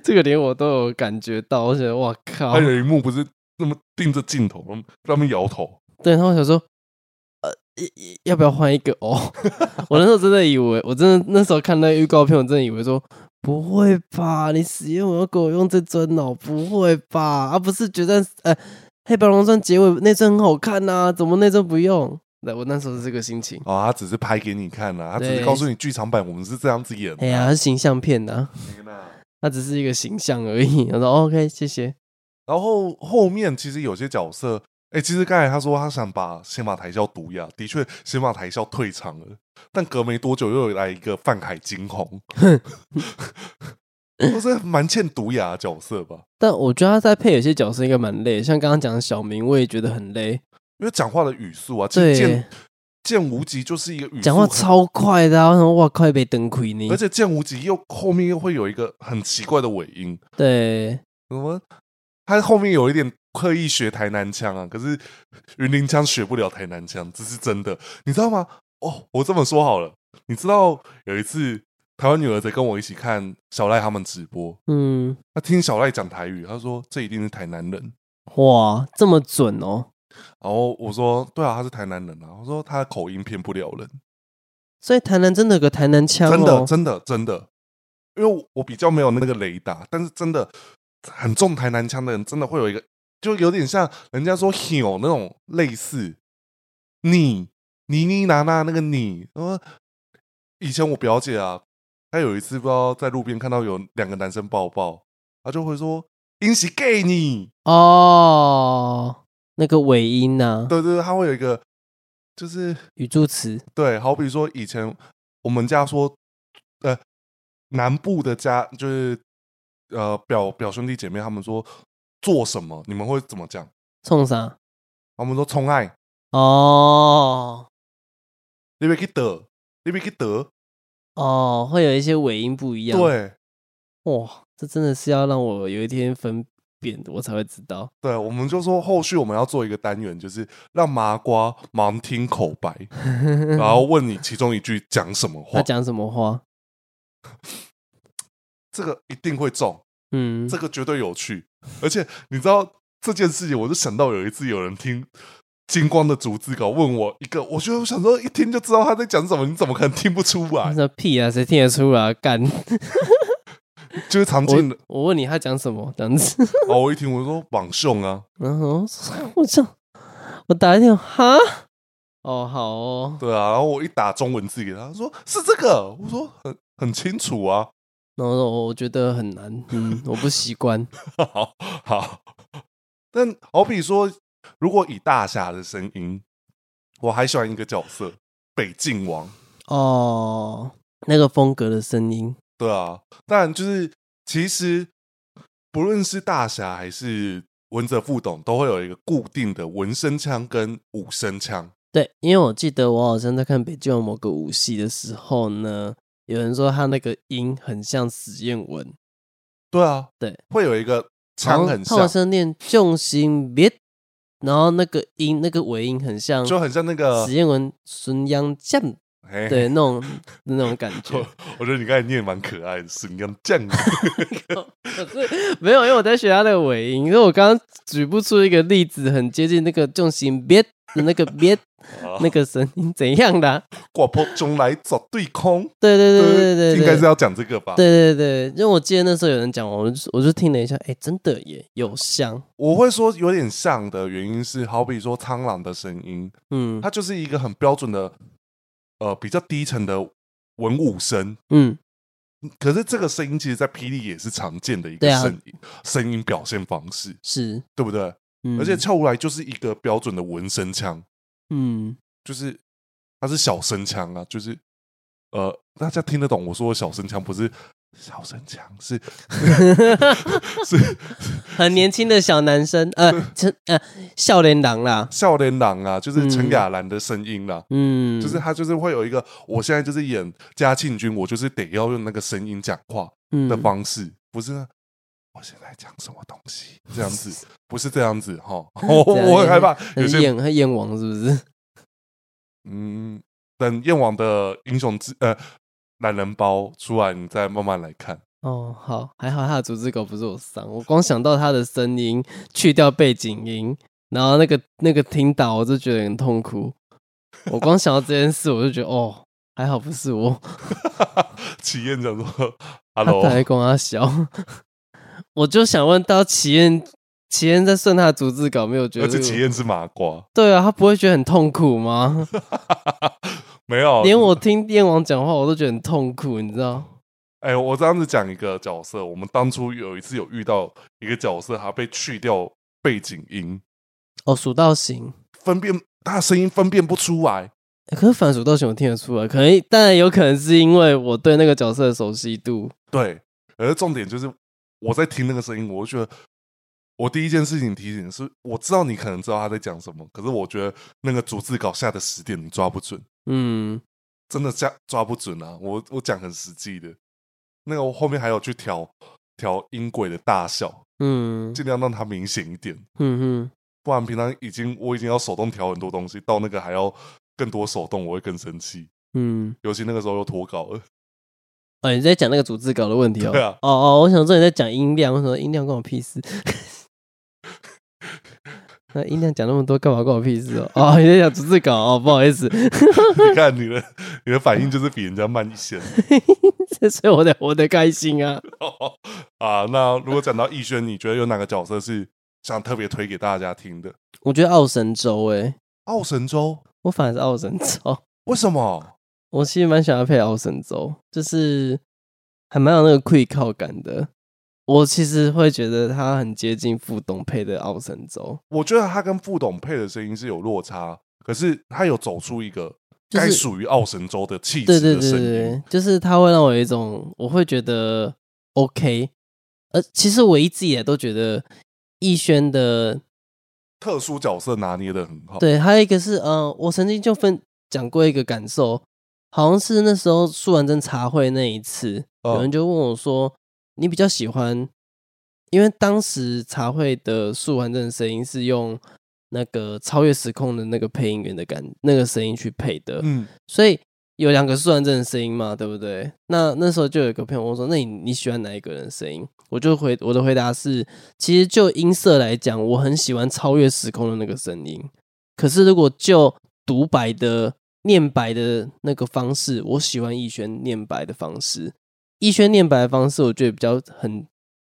Speaker 2: 这个脸我都有感觉到，我觉得哇靠
Speaker 1: 还，有一幕不是那么盯着镜头，那么他们摇头，
Speaker 2: 对，然后我想说，呃，要要不要换一个哦？ 我那时候真的以为，我真的那时候看那个预告片，我真的以为说。不会吧？你史艳文要给我用这尊哦？不会吧？啊，不是决战，呃，黑白龙传结尾那尊很好看呐、怎么那尊不用？对，我那时候是这个心情。
Speaker 1: 啊，他只是拍给你看啊，他只
Speaker 2: 对
Speaker 1: 是告诉你剧场版我们是这样子演
Speaker 2: 哎
Speaker 1: 的
Speaker 2: 呀，
Speaker 1: 啊。
Speaker 2: 它是形象片呐、
Speaker 1: 天哪
Speaker 2: 它只是一个形象而已。 我说哦 OK，谢谢。
Speaker 1: 然后后面其实有些角色，哎、其实刚才他说他想把先把台校毒哑，的确先把台校退 场了，但隔没多久又来一个范海惊鸿，都是蛮欠毒牙的角色吧，
Speaker 2: 但我觉得他在配有些角色应该蛮累，像刚刚讲的小明，我也觉得很累，
Speaker 1: 因为讲话的语速啊，其实
Speaker 2: 对
Speaker 1: 剑，剑无极就是一个语速
Speaker 2: 讲话
Speaker 1: 很
Speaker 2: 超快的、啊，我想哇，快被灯亏你
Speaker 1: 而，且剑无极又后面又会有一个很奇怪的尾音，
Speaker 2: 对，
Speaker 1: 什么？他后面有一点刻意学台南腔啊，可是云林腔学不了台南腔，这是真的，你知道吗？哦，我这么说好了，你知道有一次台湾女儿在跟我一起看小赖他们直播，
Speaker 2: 嗯，
Speaker 1: 她听小赖讲台语，她说这一定是台南人，
Speaker 2: 哇，这么准哦，
Speaker 1: 然后我说对啊，他是台南人啊，我说他的口音骗不了人，
Speaker 2: 所以台南真的有个台南腔、哦，
Speaker 1: 真的真的真的，因为我我比较没有那个雷达，但是真的很重台南腔的人，真的会有一个，就有点像人家说 h 那种类似你泥泥拿拿那个你，呃，以前我表姐啊，她有一次不知道在路边看到有两个男生抱抱，她就会说“因喜 gay 你
Speaker 2: 哦，那个尾音”，呐、
Speaker 1: 对对对，她会有一个就是
Speaker 2: 语助词，
Speaker 1: 对，好比说以前我们家说，呃，南部的家就是呃表表兄弟姐妹，他们说做什么，你们会怎么讲？
Speaker 2: 冲啥？
Speaker 1: 他们说冲爱，
Speaker 2: 哦
Speaker 1: 你别去得，你别去得，
Speaker 2: 哦，会有一些尾音不一样，，
Speaker 1: 对
Speaker 2: 哇，这真的是要让我有一天分辨，我才会知 道。
Speaker 1: 对，我们就说后续我们要做一个单元，就是让麻瓜盲听口白， 然后问你其中一句讲什么话
Speaker 2: 他，讲什么话？
Speaker 1: 这个一定会中。
Speaker 2: 嗯，
Speaker 1: 这个绝对有趣。而且你知道这件事情，我就想到有一次有人听《金光的逐字稿》问我一个，我就想说一听就知道他在讲什么，你怎么可能听不出
Speaker 2: 他
Speaker 1: 来？
Speaker 2: 说屁啊，谁听得出来 啊？干！
Speaker 1: 就是常进的
Speaker 2: 我我问你他讲什么这样子，
Speaker 1: 哦，我一听我就说网凶啊，
Speaker 2: 然后 我这样，我打一电话，哈，哦好哦，
Speaker 1: 对啊，然后我一打中文字给他，他说是这个，我说很很清楚啊，
Speaker 2: 然后我我觉得很难，嗯，我不习 惯，
Speaker 1: 好好。但好比说，如果以大侠的声音，我还喜欢一个角色北境王。
Speaker 2: 哦，那个风格的声音，
Speaker 1: 对啊，当然就是其实不论是大侠还是文泽副董，都会有一个固定的文声腔跟武声腔。
Speaker 2: 对，因为我记得我好像在看北京有某个舞戏的时候呢，有人说他那个音很像史艳文，
Speaker 1: 对啊，
Speaker 2: 对，
Speaker 1: 会有一个
Speaker 2: 然后
Speaker 1: 腔很
Speaker 2: 他好
Speaker 1: 像，
Speaker 2: 像念重心别，然后那个音那个尾音很像
Speaker 1: 就很像那个
Speaker 2: 史。艳文孙 杨酱，
Speaker 1: 嘿
Speaker 2: 对，那种那种感觉
Speaker 1: 我。我觉得你刚才念蛮可爱的，是你刚酱
Speaker 2: 可是 没有，因为我在学他的尾音，因为我刚刚举不出一个例子很接近那个重心别的那个 别
Speaker 1: 哦
Speaker 2: 那个声音怎样的啊、
Speaker 1: 挂破中来找对空，
Speaker 2: 对对对对对，对
Speaker 1: 应该是要讲这个吧？
Speaker 2: 对对对，因为我记得那时候有人讲，我就我就听了一下，哎，真的耶，有像，
Speaker 1: 我会说有点像的原因是，好比说苍狼的声音，
Speaker 2: 嗯
Speaker 1: 它就是一个很标准的，呃，比较低沉的文武声，
Speaker 2: 嗯，
Speaker 1: 可是这个声音，其实，在霹雳也是常见的一个
Speaker 2: 对啊
Speaker 1: 声音、声音表现方式，
Speaker 2: 是，
Speaker 1: 对不对？
Speaker 2: 嗯，
Speaker 1: 而且翘无来就是一个标准的文声腔，
Speaker 2: 嗯，
Speaker 1: 就是它是小声腔啊，就是呃，大家听得懂我说的小声腔，不是小声腔， 是是
Speaker 2: 很年轻的小男生， 呃，陈呃笑脸郎啦，
Speaker 1: 笑脸郎啊，就是陈
Speaker 2: 嗯
Speaker 1: 雅兰的声音啦、
Speaker 2: 嗯，
Speaker 1: 就是他就是会有一个，我现在就是演嘉庆君，我就是得要用那个声音讲话，的
Speaker 2: 嗯，
Speaker 1: 方式，不是呢？我现在讲什么东西？这样 子不是这样子哈，我
Speaker 2: 这样
Speaker 1: 我很害怕。有
Speaker 2: 很
Speaker 1: 些
Speaker 2: 燕很燕王是不是？
Speaker 1: 嗯，等燕王的英雄之呃懒人包出来，你再慢慢来看。
Speaker 2: 哦，好，还好他的组织狗不是我伤，我光想到他的声音，去掉背景音，然后那个那个听到，我就觉得很痛苦。我光想到这件事，我就觉得哦，还好不是我，
Speaker 1: 齐燕讲说
Speaker 2: 他
Speaker 1: ：“Hello，
Speaker 2: 才跟他笑。 我就想问到齐燕，齐燕在顺他的组织稿没有觉
Speaker 1: 而
Speaker 2: 得
Speaker 1: 且
Speaker 2: 这个？
Speaker 1: 齐燕呃是麻瓜，
Speaker 2: 对啊，他不会觉得很痛苦吗？
Speaker 1: 没有啊
Speaker 2: 连我听燕王讲话，我都觉得很痛苦，你知道？
Speaker 1: 哎、我这样子讲一个角色，我们当初有一次有遇到一个角色，他被去掉背景音，
Speaker 2: 哦，数到行。
Speaker 1: 分辨他的声音分辨不出来。
Speaker 2: 欸可是反蜀道行我听得出来，可能当然有可能是因为我对那个角色的熟悉度，
Speaker 1: 对，而重点就是我在听那个声音，我就觉得我第一件事情提醒是，我知道你可能知道他在讲什么，可是我觉得那个逐字稿下的十点你抓不准，
Speaker 2: 嗯，
Speaker 1: 真的抓抓不准啊！我我讲很实际的，那个我后面还有去调调音轨的大小，
Speaker 2: 嗯
Speaker 1: 尽量让它明显一点，
Speaker 2: 嗯哼，
Speaker 1: 不然平常已经我已经要手动调很多东西，到那个还要更多手动，我会更生气。
Speaker 2: 嗯，
Speaker 1: 尤其那个时候又脱稿了，
Speaker 2: 哦，你在讲那个组织稿的问题哦。
Speaker 1: 对啊
Speaker 2: 哦哦，我想说你在讲音量，为什么音量关我屁事？那音量讲那么多干嘛关我屁事哦？哦，你在讲组织稿哦，不好意思，
Speaker 1: 你看你的你的反应就是比人家慢一些。
Speaker 2: 所以我得我得开心啊。
Speaker 1: 啊，那如果讲到逸轩，你觉得有哪个角色是想特别推给大家听的？
Speaker 2: 我觉得奥神州诶、
Speaker 1: 奥神州
Speaker 2: 我反而是奥神州，
Speaker 1: 为什么？
Speaker 2: 我其实蛮喜欢配奥神州，就是还蛮有那个 quick 靠感的。我其实会觉得他很接近傅董配的奥神州，
Speaker 1: 我觉得他跟傅董配的声音是有落差，可是他有走出一个
Speaker 2: 就是
Speaker 1: 该属于奥神州的气质
Speaker 2: 对对
Speaker 1: 的
Speaker 2: 对
Speaker 1: 声
Speaker 2: 对，
Speaker 1: 音。
Speaker 2: 对就是他会让我有一种我会觉得 OK，呃，其实我一直以来都觉得逸轩的
Speaker 1: 特殊角色拿捏的很好。，
Speaker 2: 对，还有一个是，嗯、我曾经就分讲过一个感受，好像是那时候素完真茶会那一次，有
Speaker 1: 嗯
Speaker 2: 人就问我说，你比较喜欢，因为当时茶会的素完真的声音是用那个超越时空的那个配音员的感那个声音去配的，
Speaker 1: 嗯，
Speaker 2: 所以有两个素完真的声音嘛，对不对？那那时候就有一个朋友问我说，那你你喜欢哪一个人的声音？我就回我的回答是，其实就音色来讲，我很喜欢超越时空的那个声音。可是如果就独白的念白的那个方式，我喜欢逸轩念白的方式。逸轩念白的方式，我觉得比较很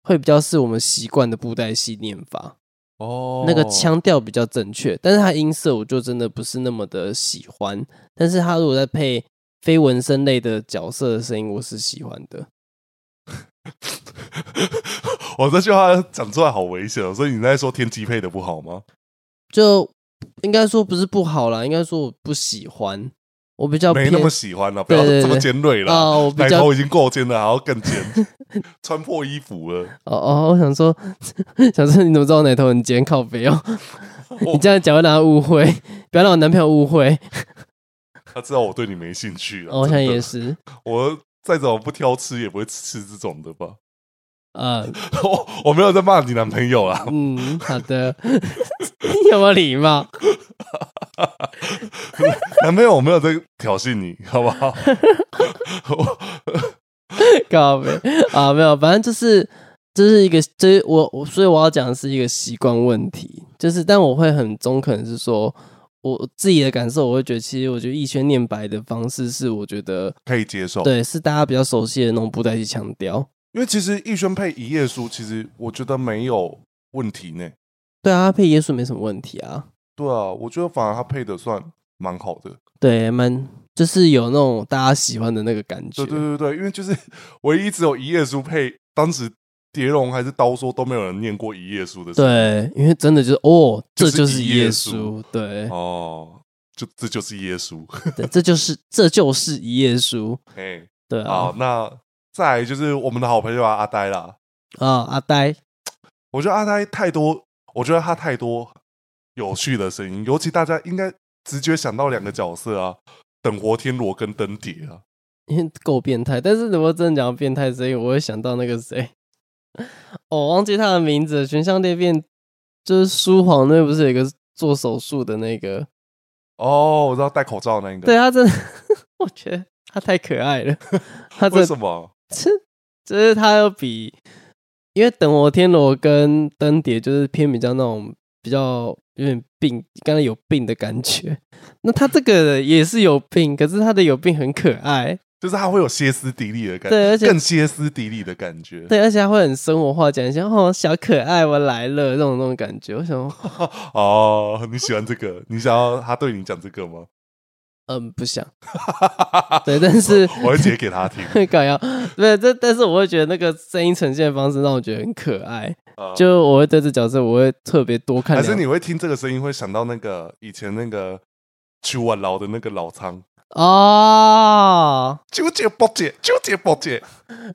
Speaker 2: 会比较是我们习惯的布袋戏念法，
Speaker 1: 哦，
Speaker 2: 那个腔调比较正确。但是他音色我就真的不是那么的喜欢。但是他如果在配非纹身类的角色的声音，我是喜欢的。
Speaker 1: 我这句话讲出来好危险哦，所以你在说天机配的不好吗？
Speaker 2: 就应该说不是不好啦，应该说我不喜欢，我比较
Speaker 1: 没
Speaker 2: 偏
Speaker 1: 那么喜欢了，不要
Speaker 2: 对对
Speaker 1: 这么
Speaker 2: 对
Speaker 1: 尖锐了。
Speaker 2: 啊，我比
Speaker 1: 奶
Speaker 2: 较
Speaker 1: 头已经够尖了，还要 更尖，穿破衣服了。
Speaker 2: 哦哦，我想说， 想说你怎么知道我奶头很尖？靠 北哦，你
Speaker 1: 我
Speaker 2: 这样讲会让他误会，不要让我男朋友误会。
Speaker 1: 他知道我对你没兴趣了。
Speaker 2: 哦我想
Speaker 1: 真的
Speaker 2: 也是，
Speaker 1: 我再怎么不挑吃，也不会吃这种的吧？
Speaker 2: 呃，
Speaker 1: 我我没有在骂你男朋友啊，
Speaker 2: 嗯，好的， 有没有礼貌？
Speaker 1: 男朋友我没有在挑衅你，好不好？ 我
Speaker 2: 靠北啊，没有，反正就是这是一个，这、是我我所以我要讲的是一个习惯问题，就是但我会很中肯，是说我自己的感受，我会觉得其实我觉得逸轩念白的方式是我觉得
Speaker 1: 可以接受，
Speaker 2: 对，是大家比较熟悉的那种布袋戏腔调。
Speaker 1: 因为其实逸轩配一页书，其实我觉得没有问题呢。
Speaker 2: 对啊，配耶稣没什么问题啊。
Speaker 1: 对啊，我觉得反而他配的算蛮好的。
Speaker 2: 对，蛮就是有那种大家喜欢的那个感
Speaker 1: 对
Speaker 2: 觉。
Speaker 1: 对对对，因为就是 唯一只有一页书配，当时蝶龙还是刀说都没有人念过一页书的时候。
Speaker 2: 对因为真的就是哦，
Speaker 1: 就
Speaker 2: 这
Speaker 1: 是
Speaker 2: 就是
Speaker 1: 一页
Speaker 2: 耶
Speaker 1: 书
Speaker 2: 稣，对
Speaker 1: 哦，就这就是耶稣。
Speaker 2: 对，这就是这就是一页书，
Speaker 1: 哎，
Speaker 2: 对
Speaker 1: 好
Speaker 2: 啊，
Speaker 1: 那再来就是我们的好朋友啊阿呆啦。
Speaker 2: 啊阿呆，
Speaker 1: 我觉得阿呆太多，我觉得他太多有趣的声音，尤其大家应该直觉想到两个角色啊，等活天罗跟灯蝶啊。
Speaker 2: 因为够变态，但是如果真的讲到变态，所以我会想到那个谁，哦我忘记他的名字了，《群像裂变》就是书皇那不是有一个做手术的那个，
Speaker 1: 哦，我知道戴口罩那一个，
Speaker 2: 对，啊他真的， 我觉得他太可爱了，他真
Speaker 1: 为
Speaker 2: 的
Speaker 1: 什么？
Speaker 2: 这就是他要比，因为等我天罗跟灯蝶就是偏比较那种比较有点病，刚才有病的感觉。那他这个也是有病，可是他的有病很可爱，
Speaker 1: 就是他会有歇斯底里的感觉，
Speaker 2: 对，而且
Speaker 1: 更歇斯底里的感觉。
Speaker 2: 对，而且他会很生活化，讲一些哦小可爱我来了这种那种感觉。我想，
Speaker 1: 哦，你喜欢这个？你想要他对你讲这个吗？
Speaker 2: 嗯，不想，对，但 是
Speaker 1: 我会截给他 听。
Speaker 2: 搞要对，这但是我会觉得那个声音呈现的方式让我觉得很可爱，
Speaker 1: 呃
Speaker 2: 就我会对这角色我会特别多看
Speaker 1: 还
Speaker 2: 两。
Speaker 1: 是你会听这个声音，会想到那个以前那个去晚牢的那个老仓
Speaker 2: 哦，
Speaker 1: 纠结不解，纠结不解。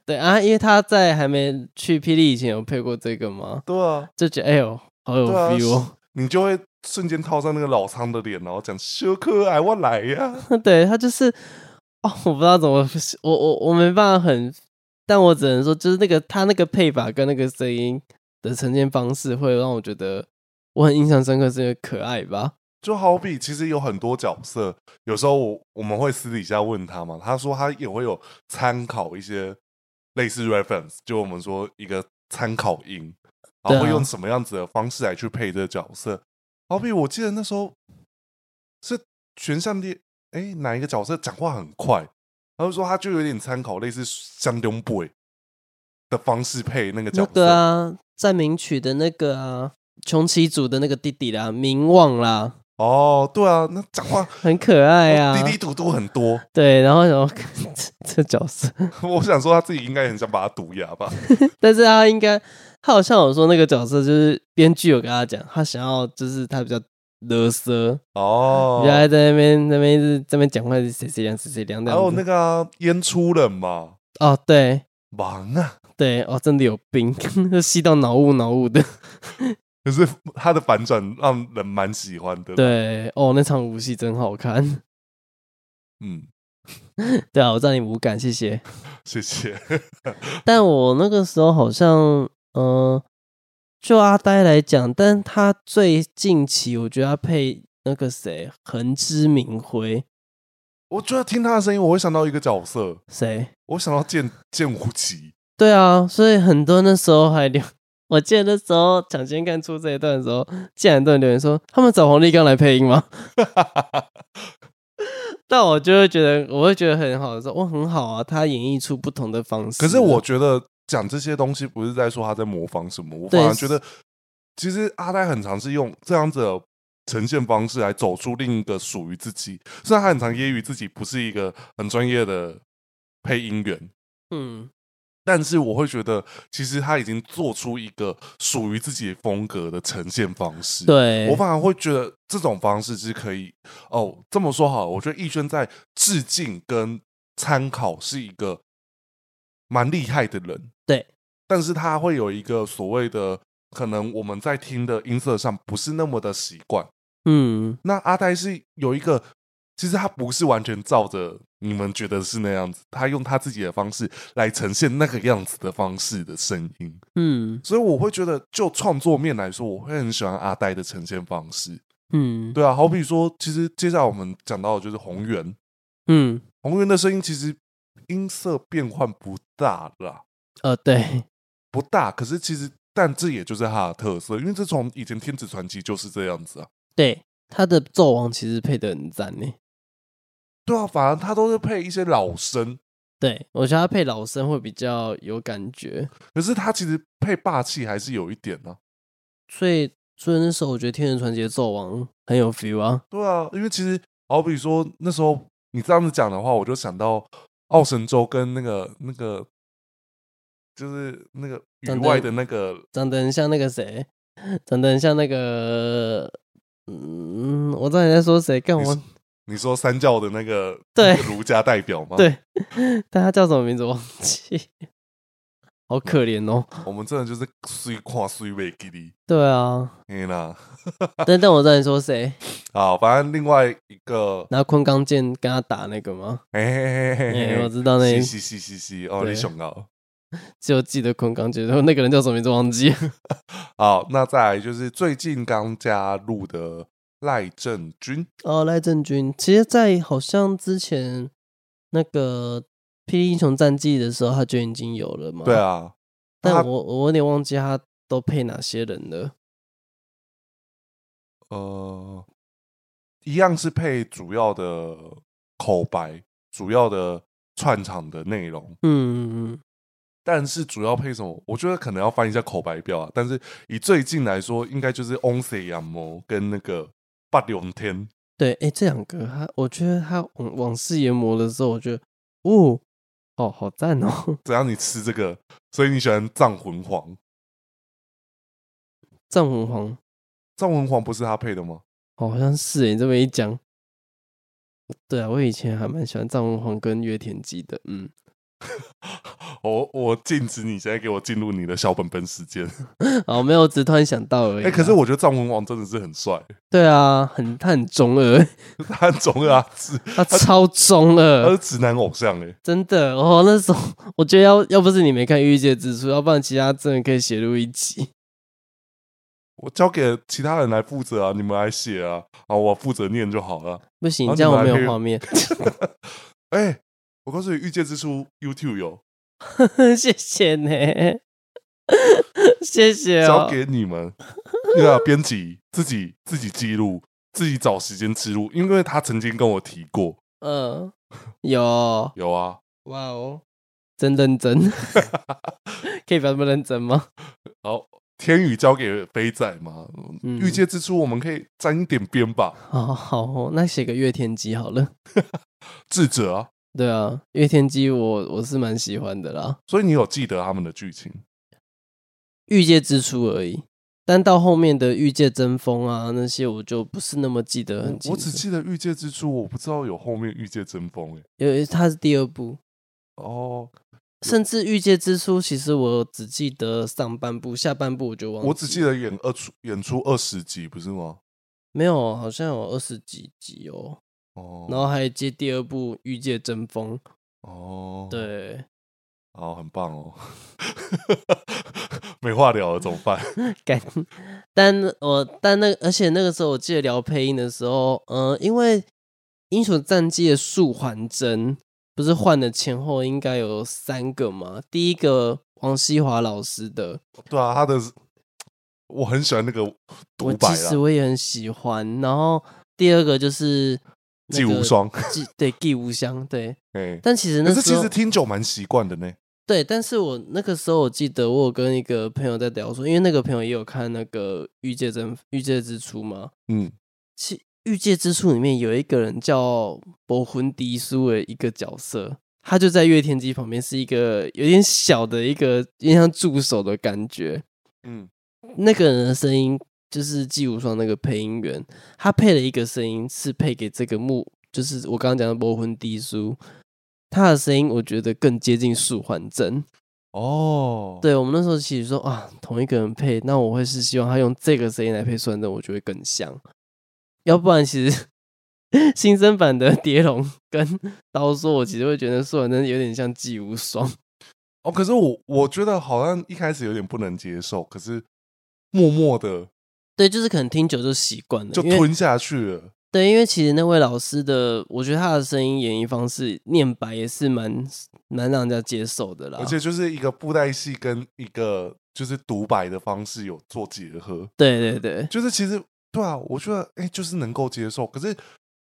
Speaker 2: 对啊，因为他在还没去霹雳以前有配过这个嘛，
Speaker 1: 对啊，
Speaker 2: 就觉得哎呦好有
Speaker 1: 对啊
Speaker 2: feel 哦。
Speaker 1: 你就会瞬间套上那个老苍的脸，然后讲修可爱，我来呀。
Speaker 2: 对他就是哦，我不知道怎么，我我我没办法很，但我只能说，就是那个他那个配法跟那个声音的呈现方式，会让我觉得我很印象深刻，是因为可爱吧？
Speaker 1: 就好比其实有很多角色，有时候我我们会私底下问他嘛，他说他也会有参考一些类似 reference，就我们说一个参考音，然
Speaker 2: 对啊
Speaker 1: 后会用什么样子的方式来去配这个角色。好比我记得那时候是全上帝，哎，哪一个角色讲话很快，他就说他就有点参考类似香东 boy 的方式配那个角
Speaker 2: 那
Speaker 1: 色，
Speaker 2: 个啊，在名曲的那个啊，穷奇组的那个弟弟啦，名望啦，
Speaker 1: 哦，对啊，那讲话
Speaker 2: 很可爱啊。
Speaker 1: 滴滴嘟嘟很多。
Speaker 2: 对，然后然后 这角色，
Speaker 1: 我想说他自己应该很想把他毒哑吧？
Speaker 2: 但是他应该，他好像有说那个角色就是编剧有跟他讲，他想要就是他比较勒瑟，
Speaker 1: 哦
Speaker 2: 人，家在那边那边一直在那边讲话，谁谁凉谁谁凉这
Speaker 1: 还有
Speaker 2: 样
Speaker 1: 那
Speaker 2: 子。
Speaker 1: 个啊烟出人嘛，
Speaker 2: 哦，对
Speaker 1: 忙啊，
Speaker 2: 对，哦，真的有病， 就吸到脑雾脑 雾的。
Speaker 1: 可是他的反转让人蛮喜欢的。，
Speaker 2: 对，哦，那场舞戏真好看。
Speaker 1: 嗯，
Speaker 2: 对啊，我让你无感，谢谢。
Speaker 1: 谢谢。
Speaker 2: 但我那个时候好像，呃，就阿呆来讲，但他最近期我觉得他配那个谁，横之明辉，
Speaker 1: 我觉得听他的声音，我会想到一个角色，
Speaker 2: 谁？
Speaker 1: 我想到 剑剑无极。
Speaker 2: 对啊，所以很多那时候还留，我记得那时候抢先看出这一段的时候，竟然很多人留言说他们找黄立刚来配音吗？ 但我就会觉得，我会觉得很好的时候，我很好啊，他演绎出不同的方式。啊
Speaker 1: 可是我觉得讲这些东西不是在说他在模仿什么，我
Speaker 2: 对
Speaker 1: 反而觉得其实阿呆很常是用这样子的呈现方式来走出另一个属于自己。虽然他很常揶揄自己不是一个很专业的配音员，
Speaker 2: 嗯，
Speaker 1: 但是我会觉得，其实他已经做出一个属于自己风格的呈现方式。，
Speaker 2: 对，
Speaker 1: 我反而会觉得这种方式是可以哦。这么说好了，我觉得逸轩在致敬跟参考是一个蛮厉害的人，
Speaker 2: 对，
Speaker 1: 但是他会有一个所谓的可能我们在听的音色上不是那么的习惯。
Speaker 2: 嗯，
Speaker 1: 那阿呆是有一个，其实他不是完全照着你们觉得是那样子，他用他自己的方式来呈现那个样子的方式的声音，
Speaker 2: 嗯，
Speaker 1: 所以我会觉得，就创作面来说，我会很喜欢阿呆的呈现方式。
Speaker 2: 嗯，
Speaker 1: 对啊，好比说，其实接下来我们讲到的就是宏源，
Speaker 2: 嗯，
Speaker 1: 宏源的声音其实音色变换不大啦，
Speaker 2: 呃，对，
Speaker 1: 不大，可是其实但这也就是他的特色，因为这从以前天子传奇就是这样子啊。
Speaker 2: 对，他的纣王其实配的很赞呢。
Speaker 1: 对啊，反而他都是配一些老声，
Speaker 2: 对，我觉得他配老生会比较有感觉，
Speaker 1: 可是他其实配霸气还是有一点啊呢、
Speaker 2: 所以所以那时候我觉得《天人传奇》的纣王很有 feel 啊。
Speaker 1: 对啊，因为其实好比说那时候你这样子讲的话，我就想到奥神州跟那个那个就是那个宇
Speaker 2: 战
Speaker 1: 外
Speaker 2: 队
Speaker 1: 的那个
Speaker 2: 长得很像那个谁，长得很像那个，嗯，我知道你在说谁，干
Speaker 1: 你
Speaker 2: 我
Speaker 1: 是你说三教的那个
Speaker 2: 对
Speaker 1: 那个儒家代表吗？，
Speaker 2: 对，但他叫什么名字忘记，好可怜哦。
Speaker 1: 我们真的就是虽跨虽未给力。
Speaker 2: 对 啊，
Speaker 1: 哎啦，
Speaker 2: 但但我知道你说谁，
Speaker 1: 啊，反正另外一个，
Speaker 2: 拿昆钢剑跟他打那个吗？
Speaker 1: 哎、嘿嘿嘿嘿
Speaker 2: 哎、
Speaker 1: 嘿
Speaker 2: 我知道那
Speaker 1: 是是是是是，哦，
Speaker 2: 对
Speaker 1: 你想到。
Speaker 2: 只有记得昆钢剑，然后那个人叫什么名字忘记。
Speaker 1: 好，那再来就是最近刚加入的赖正军，
Speaker 2: 哦，赖正军，其实，在好像之前那个《霹雳英雄战记》的时候，他就已经有了嘛。
Speaker 1: 对，啊，他
Speaker 2: 但我我有点忘记他都配哪些人了。
Speaker 1: 呃，一样是配主要的口白，主要的串场的内容，
Speaker 2: 嗯，
Speaker 1: 但是主要配什么？我觉得可能要翻一下口白表啊。但是以最近来说，应该就是 On s e y a m 跟那个八龙天，
Speaker 2: 对，哎，这两个他，我觉得他往往事研磨的时候，我觉得，哦，哦，好赞哦，
Speaker 1: 只要你吃这个，所以你喜欢藏魂皇？
Speaker 2: 藏红黄，
Speaker 1: 藏魂皇不是他配的吗？
Speaker 2: 哦好像是诶，你这么一讲，对啊，我以前还蛮喜欢藏文皇跟月田鸡的，嗯，
Speaker 1: 我我禁止你现在给我进入你的小本本时间。
Speaker 2: 哦，没有，只是突然想到而已
Speaker 1: 哎、
Speaker 2: 啦。
Speaker 1: 可是我觉得藏文王真的是很帅，
Speaker 2: 对啊，很他很中二，
Speaker 1: 他很中二啊，直
Speaker 2: 他超中
Speaker 1: 他
Speaker 2: 二
Speaker 1: 是，直男偶像哎、
Speaker 2: 真的哦。那时候我觉得要要不是你没看《御界之书》，要不然其他真的可以写入一集。
Speaker 1: 我交给其他人来负责啊，你们来写啊，啊，我负责念就好了。
Speaker 2: 不行
Speaker 1: 好，
Speaker 2: 这样
Speaker 1: 哦你
Speaker 2: 我
Speaker 1: 们还
Speaker 2: 没
Speaker 1: 可以
Speaker 2: 有画面。
Speaker 1: 哎、我告诉你，《御界之书》YouTube 有，
Speaker 2: 谢谢呢，谢谢
Speaker 1: 交
Speaker 2: 哦。
Speaker 1: 给你们，对啊，编辑自己自己记录，自己找时间记录，因为他曾经跟我提过，
Speaker 2: 嗯，有
Speaker 1: 有啊，
Speaker 2: 哇哦，真 认真，可以不要这么认真吗？
Speaker 1: 好，天宇交给飞仔嘛，
Speaker 2: 嗯
Speaker 1: 御界之书我们可以沾一点边吧，
Speaker 2: 好好哦，那写个月天机好了。
Speaker 1: 智者啊，
Speaker 2: 对啊，月天机我我是蛮喜欢的啦，
Speaker 1: 所以你有记得他们的剧情，
Speaker 2: 御界之初而已。但到后面的御界争锋啊那些，我就不是那么记得很
Speaker 1: 我
Speaker 2: 清
Speaker 1: 我只
Speaker 2: 楚。
Speaker 1: 记得御界之书，我不知道有后面御界争锋哎、
Speaker 2: 因为它是第二部，
Speaker 1: 哦，
Speaker 2: 甚至御界之初，其实我只记得上半部，下半部我就忘记了。
Speaker 1: 我只记得演二出演出二十集不是吗？
Speaker 2: 没有，好像有二十几集哦。
Speaker 1: 哦，
Speaker 2: 然后还接第二部《御界争锋》，
Speaker 1: 哦，，
Speaker 2: 对，
Speaker 1: 哦，很棒哦， 没话聊了怎么 办？
Speaker 2: 感。但我但那而且那个时候我记得聊配音的时候，嗯、因为《英雄战记》的素还真不是换了前后应该有三个吗？第一个王西华老师的，
Speaker 1: 对啊，他的我很喜欢那个
Speaker 2: 我
Speaker 1: 独白
Speaker 2: 其实
Speaker 1: 啦，
Speaker 2: 我也很喜欢。然后第二个就是那
Speaker 1: 季
Speaker 2: 个
Speaker 1: 无双，
Speaker 2: 季对季无双对，
Speaker 1: 哎，
Speaker 2: 但其实那
Speaker 1: 可是
Speaker 2: 时
Speaker 1: 其
Speaker 2: 候
Speaker 1: 实听久蛮习惯的呢。
Speaker 2: 对，但是我那个时候我记得我有跟一个朋友在聊说，因为那个朋友也有看那个《御界真御界之初》嘛，
Speaker 1: 嗯，
Speaker 2: 其《御界之初》里面有一个人叫博魂迪苏的一个角色，他就在月天机旁边，是一个有点小的一个，有点像助手的感觉。
Speaker 1: 嗯，
Speaker 2: 那个人的声音就是季无双那个配音员，他配了一个声音是配给这个木，就是我刚刚讲的博魂迪苏，他的声音我觉得更接近素还真。
Speaker 1: 哦，，
Speaker 2: 对我们那时候其实说啊，同一个人配，那我会是希望他用这个声音来配孙正，我觉得会更像。要不然，其实 新生版的蝶龙跟刀说，我其实会觉得孙正有点像季无双。
Speaker 1: 哦，可是我我觉得好像一开始有点不能接受，可是默默的
Speaker 2: 对，就是可能听久就习惯了，
Speaker 1: 就
Speaker 2: 因为
Speaker 1: 吞下去了。
Speaker 2: 对，因为其实那位老师的，我觉得他的声音演绎方式念白也是蛮蛮让人家接受的啦。
Speaker 1: 而且就是一个布袋戏跟一个就是独白的方式有做结合，
Speaker 2: 对对对，
Speaker 1: 就是其实对啊，我觉得哎、就是能够接受。可是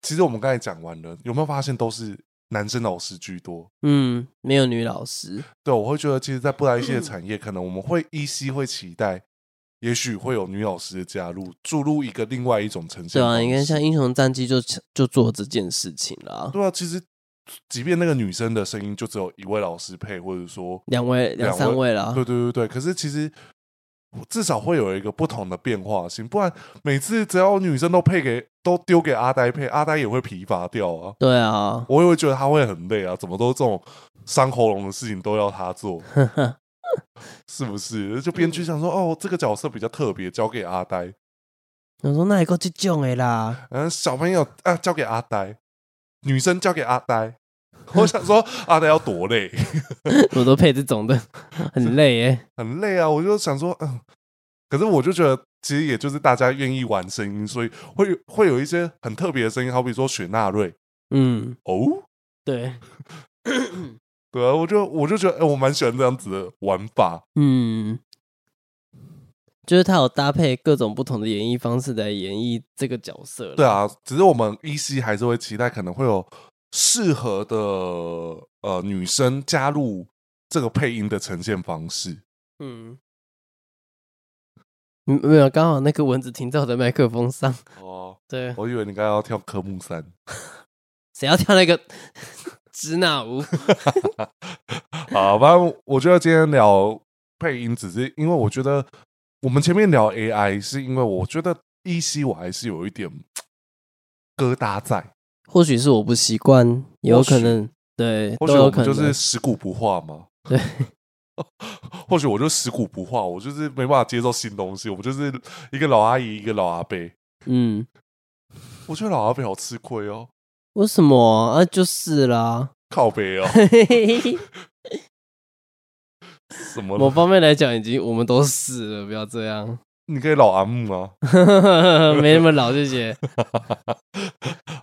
Speaker 1: 其实我们刚才讲完了，有没有发现都是男生老师居多？
Speaker 2: 嗯，没有女老师，
Speaker 1: 对，我会觉得其实，在布莱希的产业，可能我们会依稀会期待，也许会有女老师的加入，注入一个另外一种呈现
Speaker 2: 对
Speaker 1: 方
Speaker 2: 啊，
Speaker 1: 式。
Speaker 2: 你看像《英雄战记就》就做这件事情啦。
Speaker 1: 对啊，其实即便那个女生的声音就只有一位老师配，或者说，
Speaker 2: 两位两
Speaker 1: 两
Speaker 2: 三
Speaker 1: 位
Speaker 2: 位啦，
Speaker 1: 对对对对，可是其实。至少会有一个不同的变化性，不然每次只要女生都配给都丢给阿呆配，阿呆也会疲乏掉啊。
Speaker 2: 对啊，
Speaker 1: 我也会觉得他会很累啊，怎么都这种伤喉咙的事情都要他做，是不是？就编剧想说，哦，这个角色比较特别，交给阿呆，
Speaker 2: 我说那一个这种的啦，
Speaker 1: 嗯，小朋友啊，交给阿呆，女生交给阿呆。 我想说，阿呆要多累，
Speaker 2: 我都配这种的， 很累耶。
Speaker 1: 很累啊！我就想说，嗯，可是我就觉得，其实也就是大家愿意玩声音，所以会有会有一些很特别的声音，好比说雪纳瑞
Speaker 2: 嗯，
Speaker 1: 哦，
Speaker 2: 对，
Speaker 1: 对啊，我就我就觉得，哎、我蛮喜欢这样子的玩法，
Speaker 2: 嗯，就是他有搭配各种不同的演绎方式来演绎这个角色。
Speaker 1: 对，啊，只是我们依稀还是会期待可能会有适合的呃女生加入这个配音的呈现方式。
Speaker 2: 嗯。嗯没有，刚好那个蚊子停在我的麦克风上。
Speaker 1: 哦，
Speaker 2: 对，
Speaker 1: 我以为你刚刚要跳科目三，
Speaker 2: 谁要跳那个 支那舞？
Speaker 1: 好，反正我觉得今天聊配音，只是因为我觉得我们前面聊 AI，是因为我觉得依稀我还是有一点疙瘩在，
Speaker 2: 或许是我不习惯，也有
Speaker 1: 或许
Speaker 2: 可能对，
Speaker 1: 或
Speaker 2: 都
Speaker 1: 许我
Speaker 2: 有可
Speaker 1: 们
Speaker 2: 能
Speaker 1: 就是食古不化嘛。
Speaker 2: 对，
Speaker 1: 或许我就食古不化，我就是没办法接受新东西，我就是一个老阿姨，一个老阿伯。
Speaker 2: 嗯，
Speaker 1: 我觉得老阿伯好吃亏哦，
Speaker 2: 为什么啊？就是 啦，
Speaker 1: 靠北哦，
Speaker 2: 嘿嘿嘿
Speaker 1: 什么
Speaker 2: 某方面来讲，已经我们都死了，不要这样，
Speaker 1: 你可以老阿木啊
Speaker 2: 没那么老，谢谢。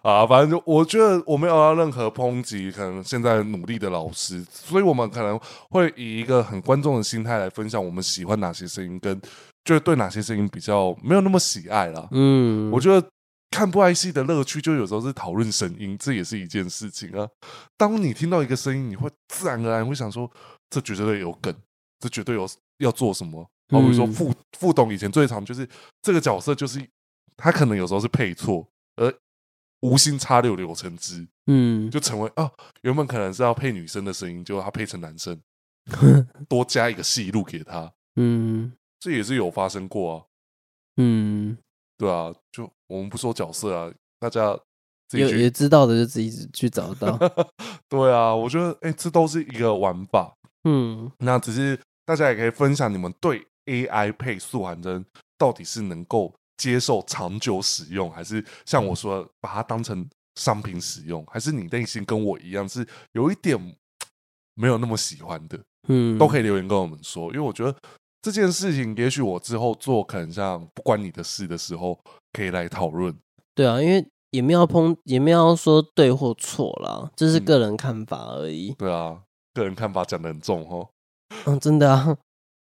Speaker 1: 啊，反正就我觉得我没有要任何抨击，可能现在努力的老师，所以我们可能会以一个很观众的心态来分享我们喜欢哪些声音，跟就是对哪些声音比较没有那么喜爱啦。
Speaker 2: 嗯，
Speaker 1: 我觉得看不爱戏的乐趣，就有时候是讨论声音，这也是一件事情啊。当你听到一个声音，你会自然而然会想说，这绝对有梗，这绝对有要做什么。好比说
Speaker 2: 嗯
Speaker 1: 傅傅董以前最常就是这个角色，就是他可能有时候是配错，而无心插柳柳成枝，
Speaker 2: 嗯，
Speaker 1: 就成为啊，原本可能是要配女生的声音，结果他配成男生，多加一个戏路给他，
Speaker 2: 嗯
Speaker 1: 这也是有发生过啊。
Speaker 2: 嗯，
Speaker 1: 对啊，就我们不说角色啊，大家自己
Speaker 2: 有
Speaker 1: 去。
Speaker 2: 也知道的就自己去 找到。
Speaker 1: 对啊，我觉得哎、这都是一个玩法。
Speaker 2: 嗯
Speaker 1: 那只是大家也可以分享你们对 AI 配速环针到底是能够接受长久使用，还是像我说的把它当成商品使用，还是你内心跟我一样是有一点嘖没有那么喜欢的，
Speaker 2: 嗯，
Speaker 1: 都可以留言跟我们说，因为我觉得。这件事情，也许我之后做可能像不关你的事的时候，可以来讨论。
Speaker 2: 对啊，因为也没有抨，也没有说对或错啦，这是
Speaker 1: 嗯
Speaker 2: 个人看法而已。
Speaker 1: 对啊，个人看法讲的很重哦，
Speaker 2: 嗯，真的啊，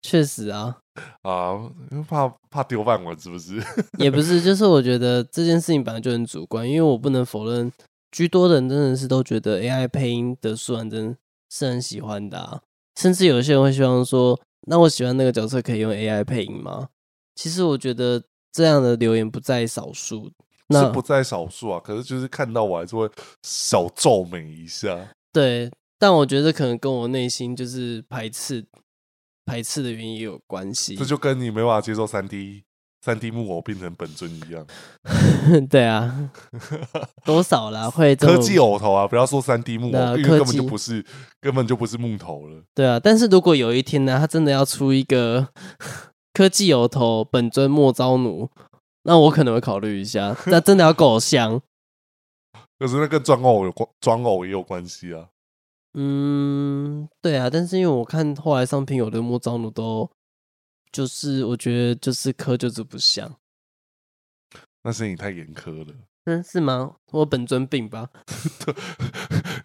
Speaker 2: 确实啊，
Speaker 1: 啊，因为怕怕丢饭碗是不是？
Speaker 2: 也不是，就是我觉得这件事情本来就很主观，因为我不能否认，居多的人真的是都觉得 AI 配音的素然真是很喜欢的、啊，甚至有些人会希望说，那我喜欢那个角色可以用 AI 配音吗？其实我觉得这样的留言不在少数，那
Speaker 1: 是不在少数啊，可是就是看到我还是会小皱眉一下。
Speaker 2: 对，但我觉得可能跟我内心就是排斥排斥的原因也有关系。
Speaker 1: 这就跟你没办法接受三 D 三 D 木偶变成本尊一样，
Speaker 2: 对 啊，多少啦会这
Speaker 1: 科
Speaker 2: 种
Speaker 1: 技偶头啊，不要说三 D 木
Speaker 2: 对啊
Speaker 1: 偶，因
Speaker 2: 科
Speaker 1: 为根本就
Speaker 2: 技
Speaker 1: 不是根本就不是木头了。
Speaker 2: 对啊。但是如果有一天呢，他真的要出一个 科技油头本尊莫招奴，那我可能会考虑 一下。那真的要够像，
Speaker 1: 可是那跟装偶有关，装偶也有关系啊。
Speaker 2: 嗯，对啊。但是因为我看后来商品有的莫招奴都就是我觉得就是科就是不像，
Speaker 1: 那是你太严苛了。
Speaker 2: 嗯，是吗？我本尊病吧？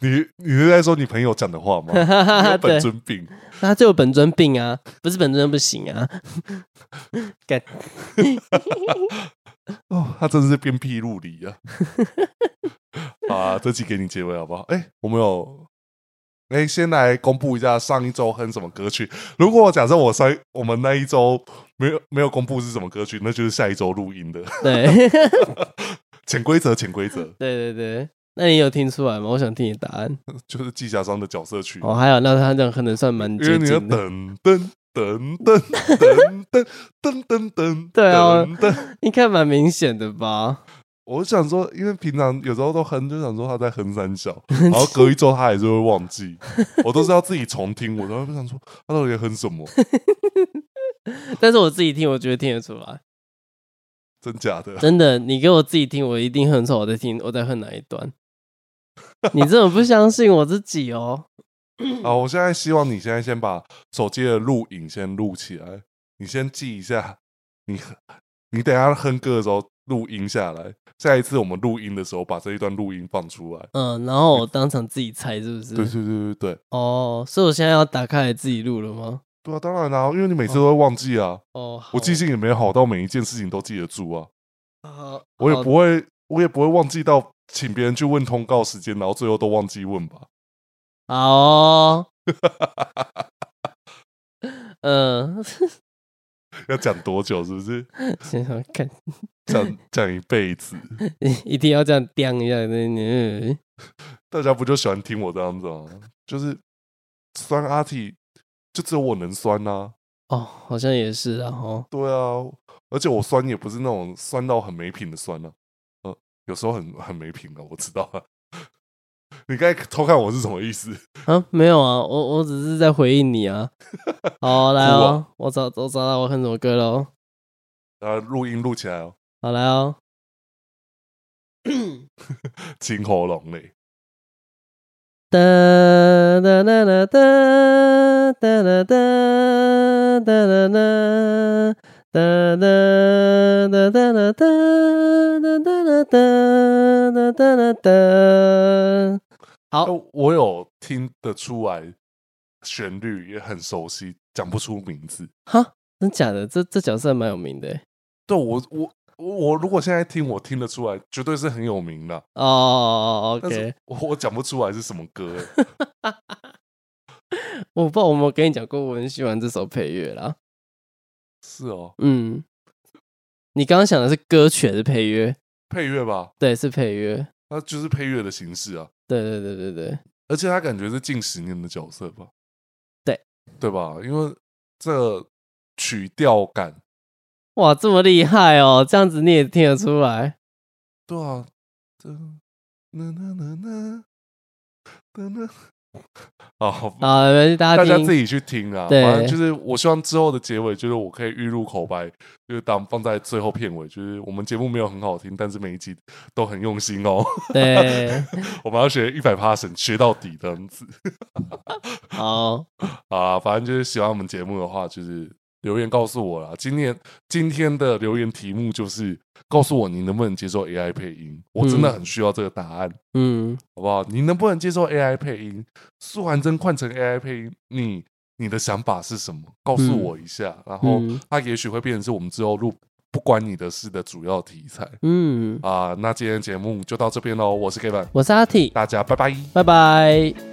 Speaker 1: 你你是在说你朋友讲的话 吗？你有
Speaker 2: 对
Speaker 1: 本。尊病，
Speaker 2: 那他就有本尊病啊，不是本尊不行 啊。干，
Speaker 1: 哦，他真的是鞭辟入里啊！ 啊，这期给你结尾好不好？哎、我们有，哎、先来公布一下上一周哼什么歌曲。如果假设我上我们那一周没有没有公布是什么歌曲，那就是下一周录音的。
Speaker 2: 对
Speaker 1: 潜规则，潜规则，
Speaker 2: 对对对，那你有听出来吗？我想听你的答案。
Speaker 1: 就是季霞商的角色曲，
Speaker 2: 哦，还有，那他这样可能算蛮
Speaker 1: 因为
Speaker 2: 接
Speaker 1: 你要
Speaker 2: 近的。
Speaker 1: 噔噔噔噔噔噔噔噔噔，
Speaker 2: 对啊
Speaker 1: 噔噔
Speaker 2: 应该蛮明显的吧？
Speaker 1: 我想说，因为平常有时候都哼，就想说他在哼三小， 然后隔一周他还是会忘记，我都是要自己重听，我都会想说他到底在哼什么，
Speaker 2: 但是我自己听，我觉得听得出来。
Speaker 1: 真假 的？
Speaker 2: 真的，你给我自己听，我一定很丑。我在听，我在恨哪一段？你这么不相信我自己哦？
Speaker 1: 啊，我现在希望你现在先把手机的录影先录起来，你先记一下，你你等一下哼歌的时候录音下来，下一次我们录音的时候把这一段录音放出来。
Speaker 2: 嗯，然后我当场自己猜是不
Speaker 1: 对
Speaker 2: 是？
Speaker 1: 对对对对，
Speaker 2: 哦，所以我现在要打开来自己录了吗？
Speaker 1: 对啊，当然啦、因为你每次都会忘记啊，
Speaker 2: 哦，
Speaker 1: 我记
Speaker 2: 嗯好
Speaker 1: 性也没好到每一件事情都记得住啊。
Speaker 2: 好
Speaker 1: 我
Speaker 2: 好
Speaker 1: 也不会，我也不会忘记到请别人去问通告时间，然后最后都忘记问吧。
Speaker 2: 好、哦，嗯、
Speaker 1: 要讲多久？是不是
Speaker 2: 先想看，
Speaker 1: 讲讲一辈子？
Speaker 2: 一定要这样掂一下，嗯，
Speaker 1: 大家不就喜欢听我这样子吗？就是酸阿 T，就只有我能酸呐、
Speaker 2: 哦，好像也是啊，哦，
Speaker 1: 对啊，而且我酸也不是那种酸到很没品的酸啊。呃，有时候很很没品啊，我知道啊。 你刚才偷看我是什么意思？
Speaker 2: 啊，没有啊，我我只是在回应你啊。好，来哦，我找我找到我哼什么歌喽。
Speaker 1: 啊，录音录起来哦，
Speaker 2: 好，来哦。
Speaker 1: 清喉咙嘞，
Speaker 2: 哒哒哒哒哒哒哒哒哒哒哒哒哒哒哒哒哒哒哒哒哒哒哒。好
Speaker 1: 哦我有听得出来，旋律也很熟悉，讲不出名字。
Speaker 2: 哈，真假的？这这角色蛮有名的欸
Speaker 1: 对我我我如果现在听，我听得出来，绝对是很有名的。
Speaker 2: 哦。
Speaker 1: 但
Speaker 2: OK，
Speaker 1: 是我我讲不出来是什么歌、 欸
Speaker 2: 我不知道我有没有跟你讲过，我很喜欢这首配乐啦。
Speaker 1: 是哦，
Speaker 2: 嗯，你刚刚想的是歌曲还是配乐？
Speaker 1: 配乐吧，
Speaker 2: 对，是配乐。
Speaker 1: 那就是配乐的形式啊。
Speaker 2: 对对对对对，
Speaker 1: 而且他感觉是近十年的角色吧？
Speaker 2: 对，
Speaker 1: 对吧？因为这曲调感，
Speaker 2: 哇，这么厉害哦！这样子你也听得出来？
Speaker 1: 对啊，这那那那那那 那，哦，
Speaker 2: 好，没关系，大
Speaker 1: 大
Speaker 2: 家
Speaker 1: 家
Speaker 2: 听。
Speaker 1: 自己去听啊。
Speaker 2: 啊对
Speaker 1: 反正就是，我希望之后的结尾，就是我可以预录口白，就是当放在最后片尾。就是我们节目没有很好听，但是每一集都很用心哦。
Speaker 2: 对，
Speaker 1: 我们要学一百 p a s s 学到底这样子。
Speaker 2: 好，
Speaker 1: 啊，反正就是喜欢我们节目的话，就是留言告诉我啦。今天今天的留言题目就是告诉我你能不能接受 AI 配音，我真的很需要这个答案，
Speaker 2: 嗯，
Speaker 1: 好不好？你能不能接受 AI 配音？苏涵真换成 AI 配音，你你的想法是什么？告诉我一下，然后
Speaker 2: 嗯
Speaker 1: 它也许会变成是我们之后录不关你的事的主要题材
Speaker 2: 嗯，
Speaker 1: 啊。那今天的节目就到这边喽，我是 Kevin，
Speaker 2: 我是阿 T，
Speaker 1: 大家拜拜。
Speaker 2: 拜拜。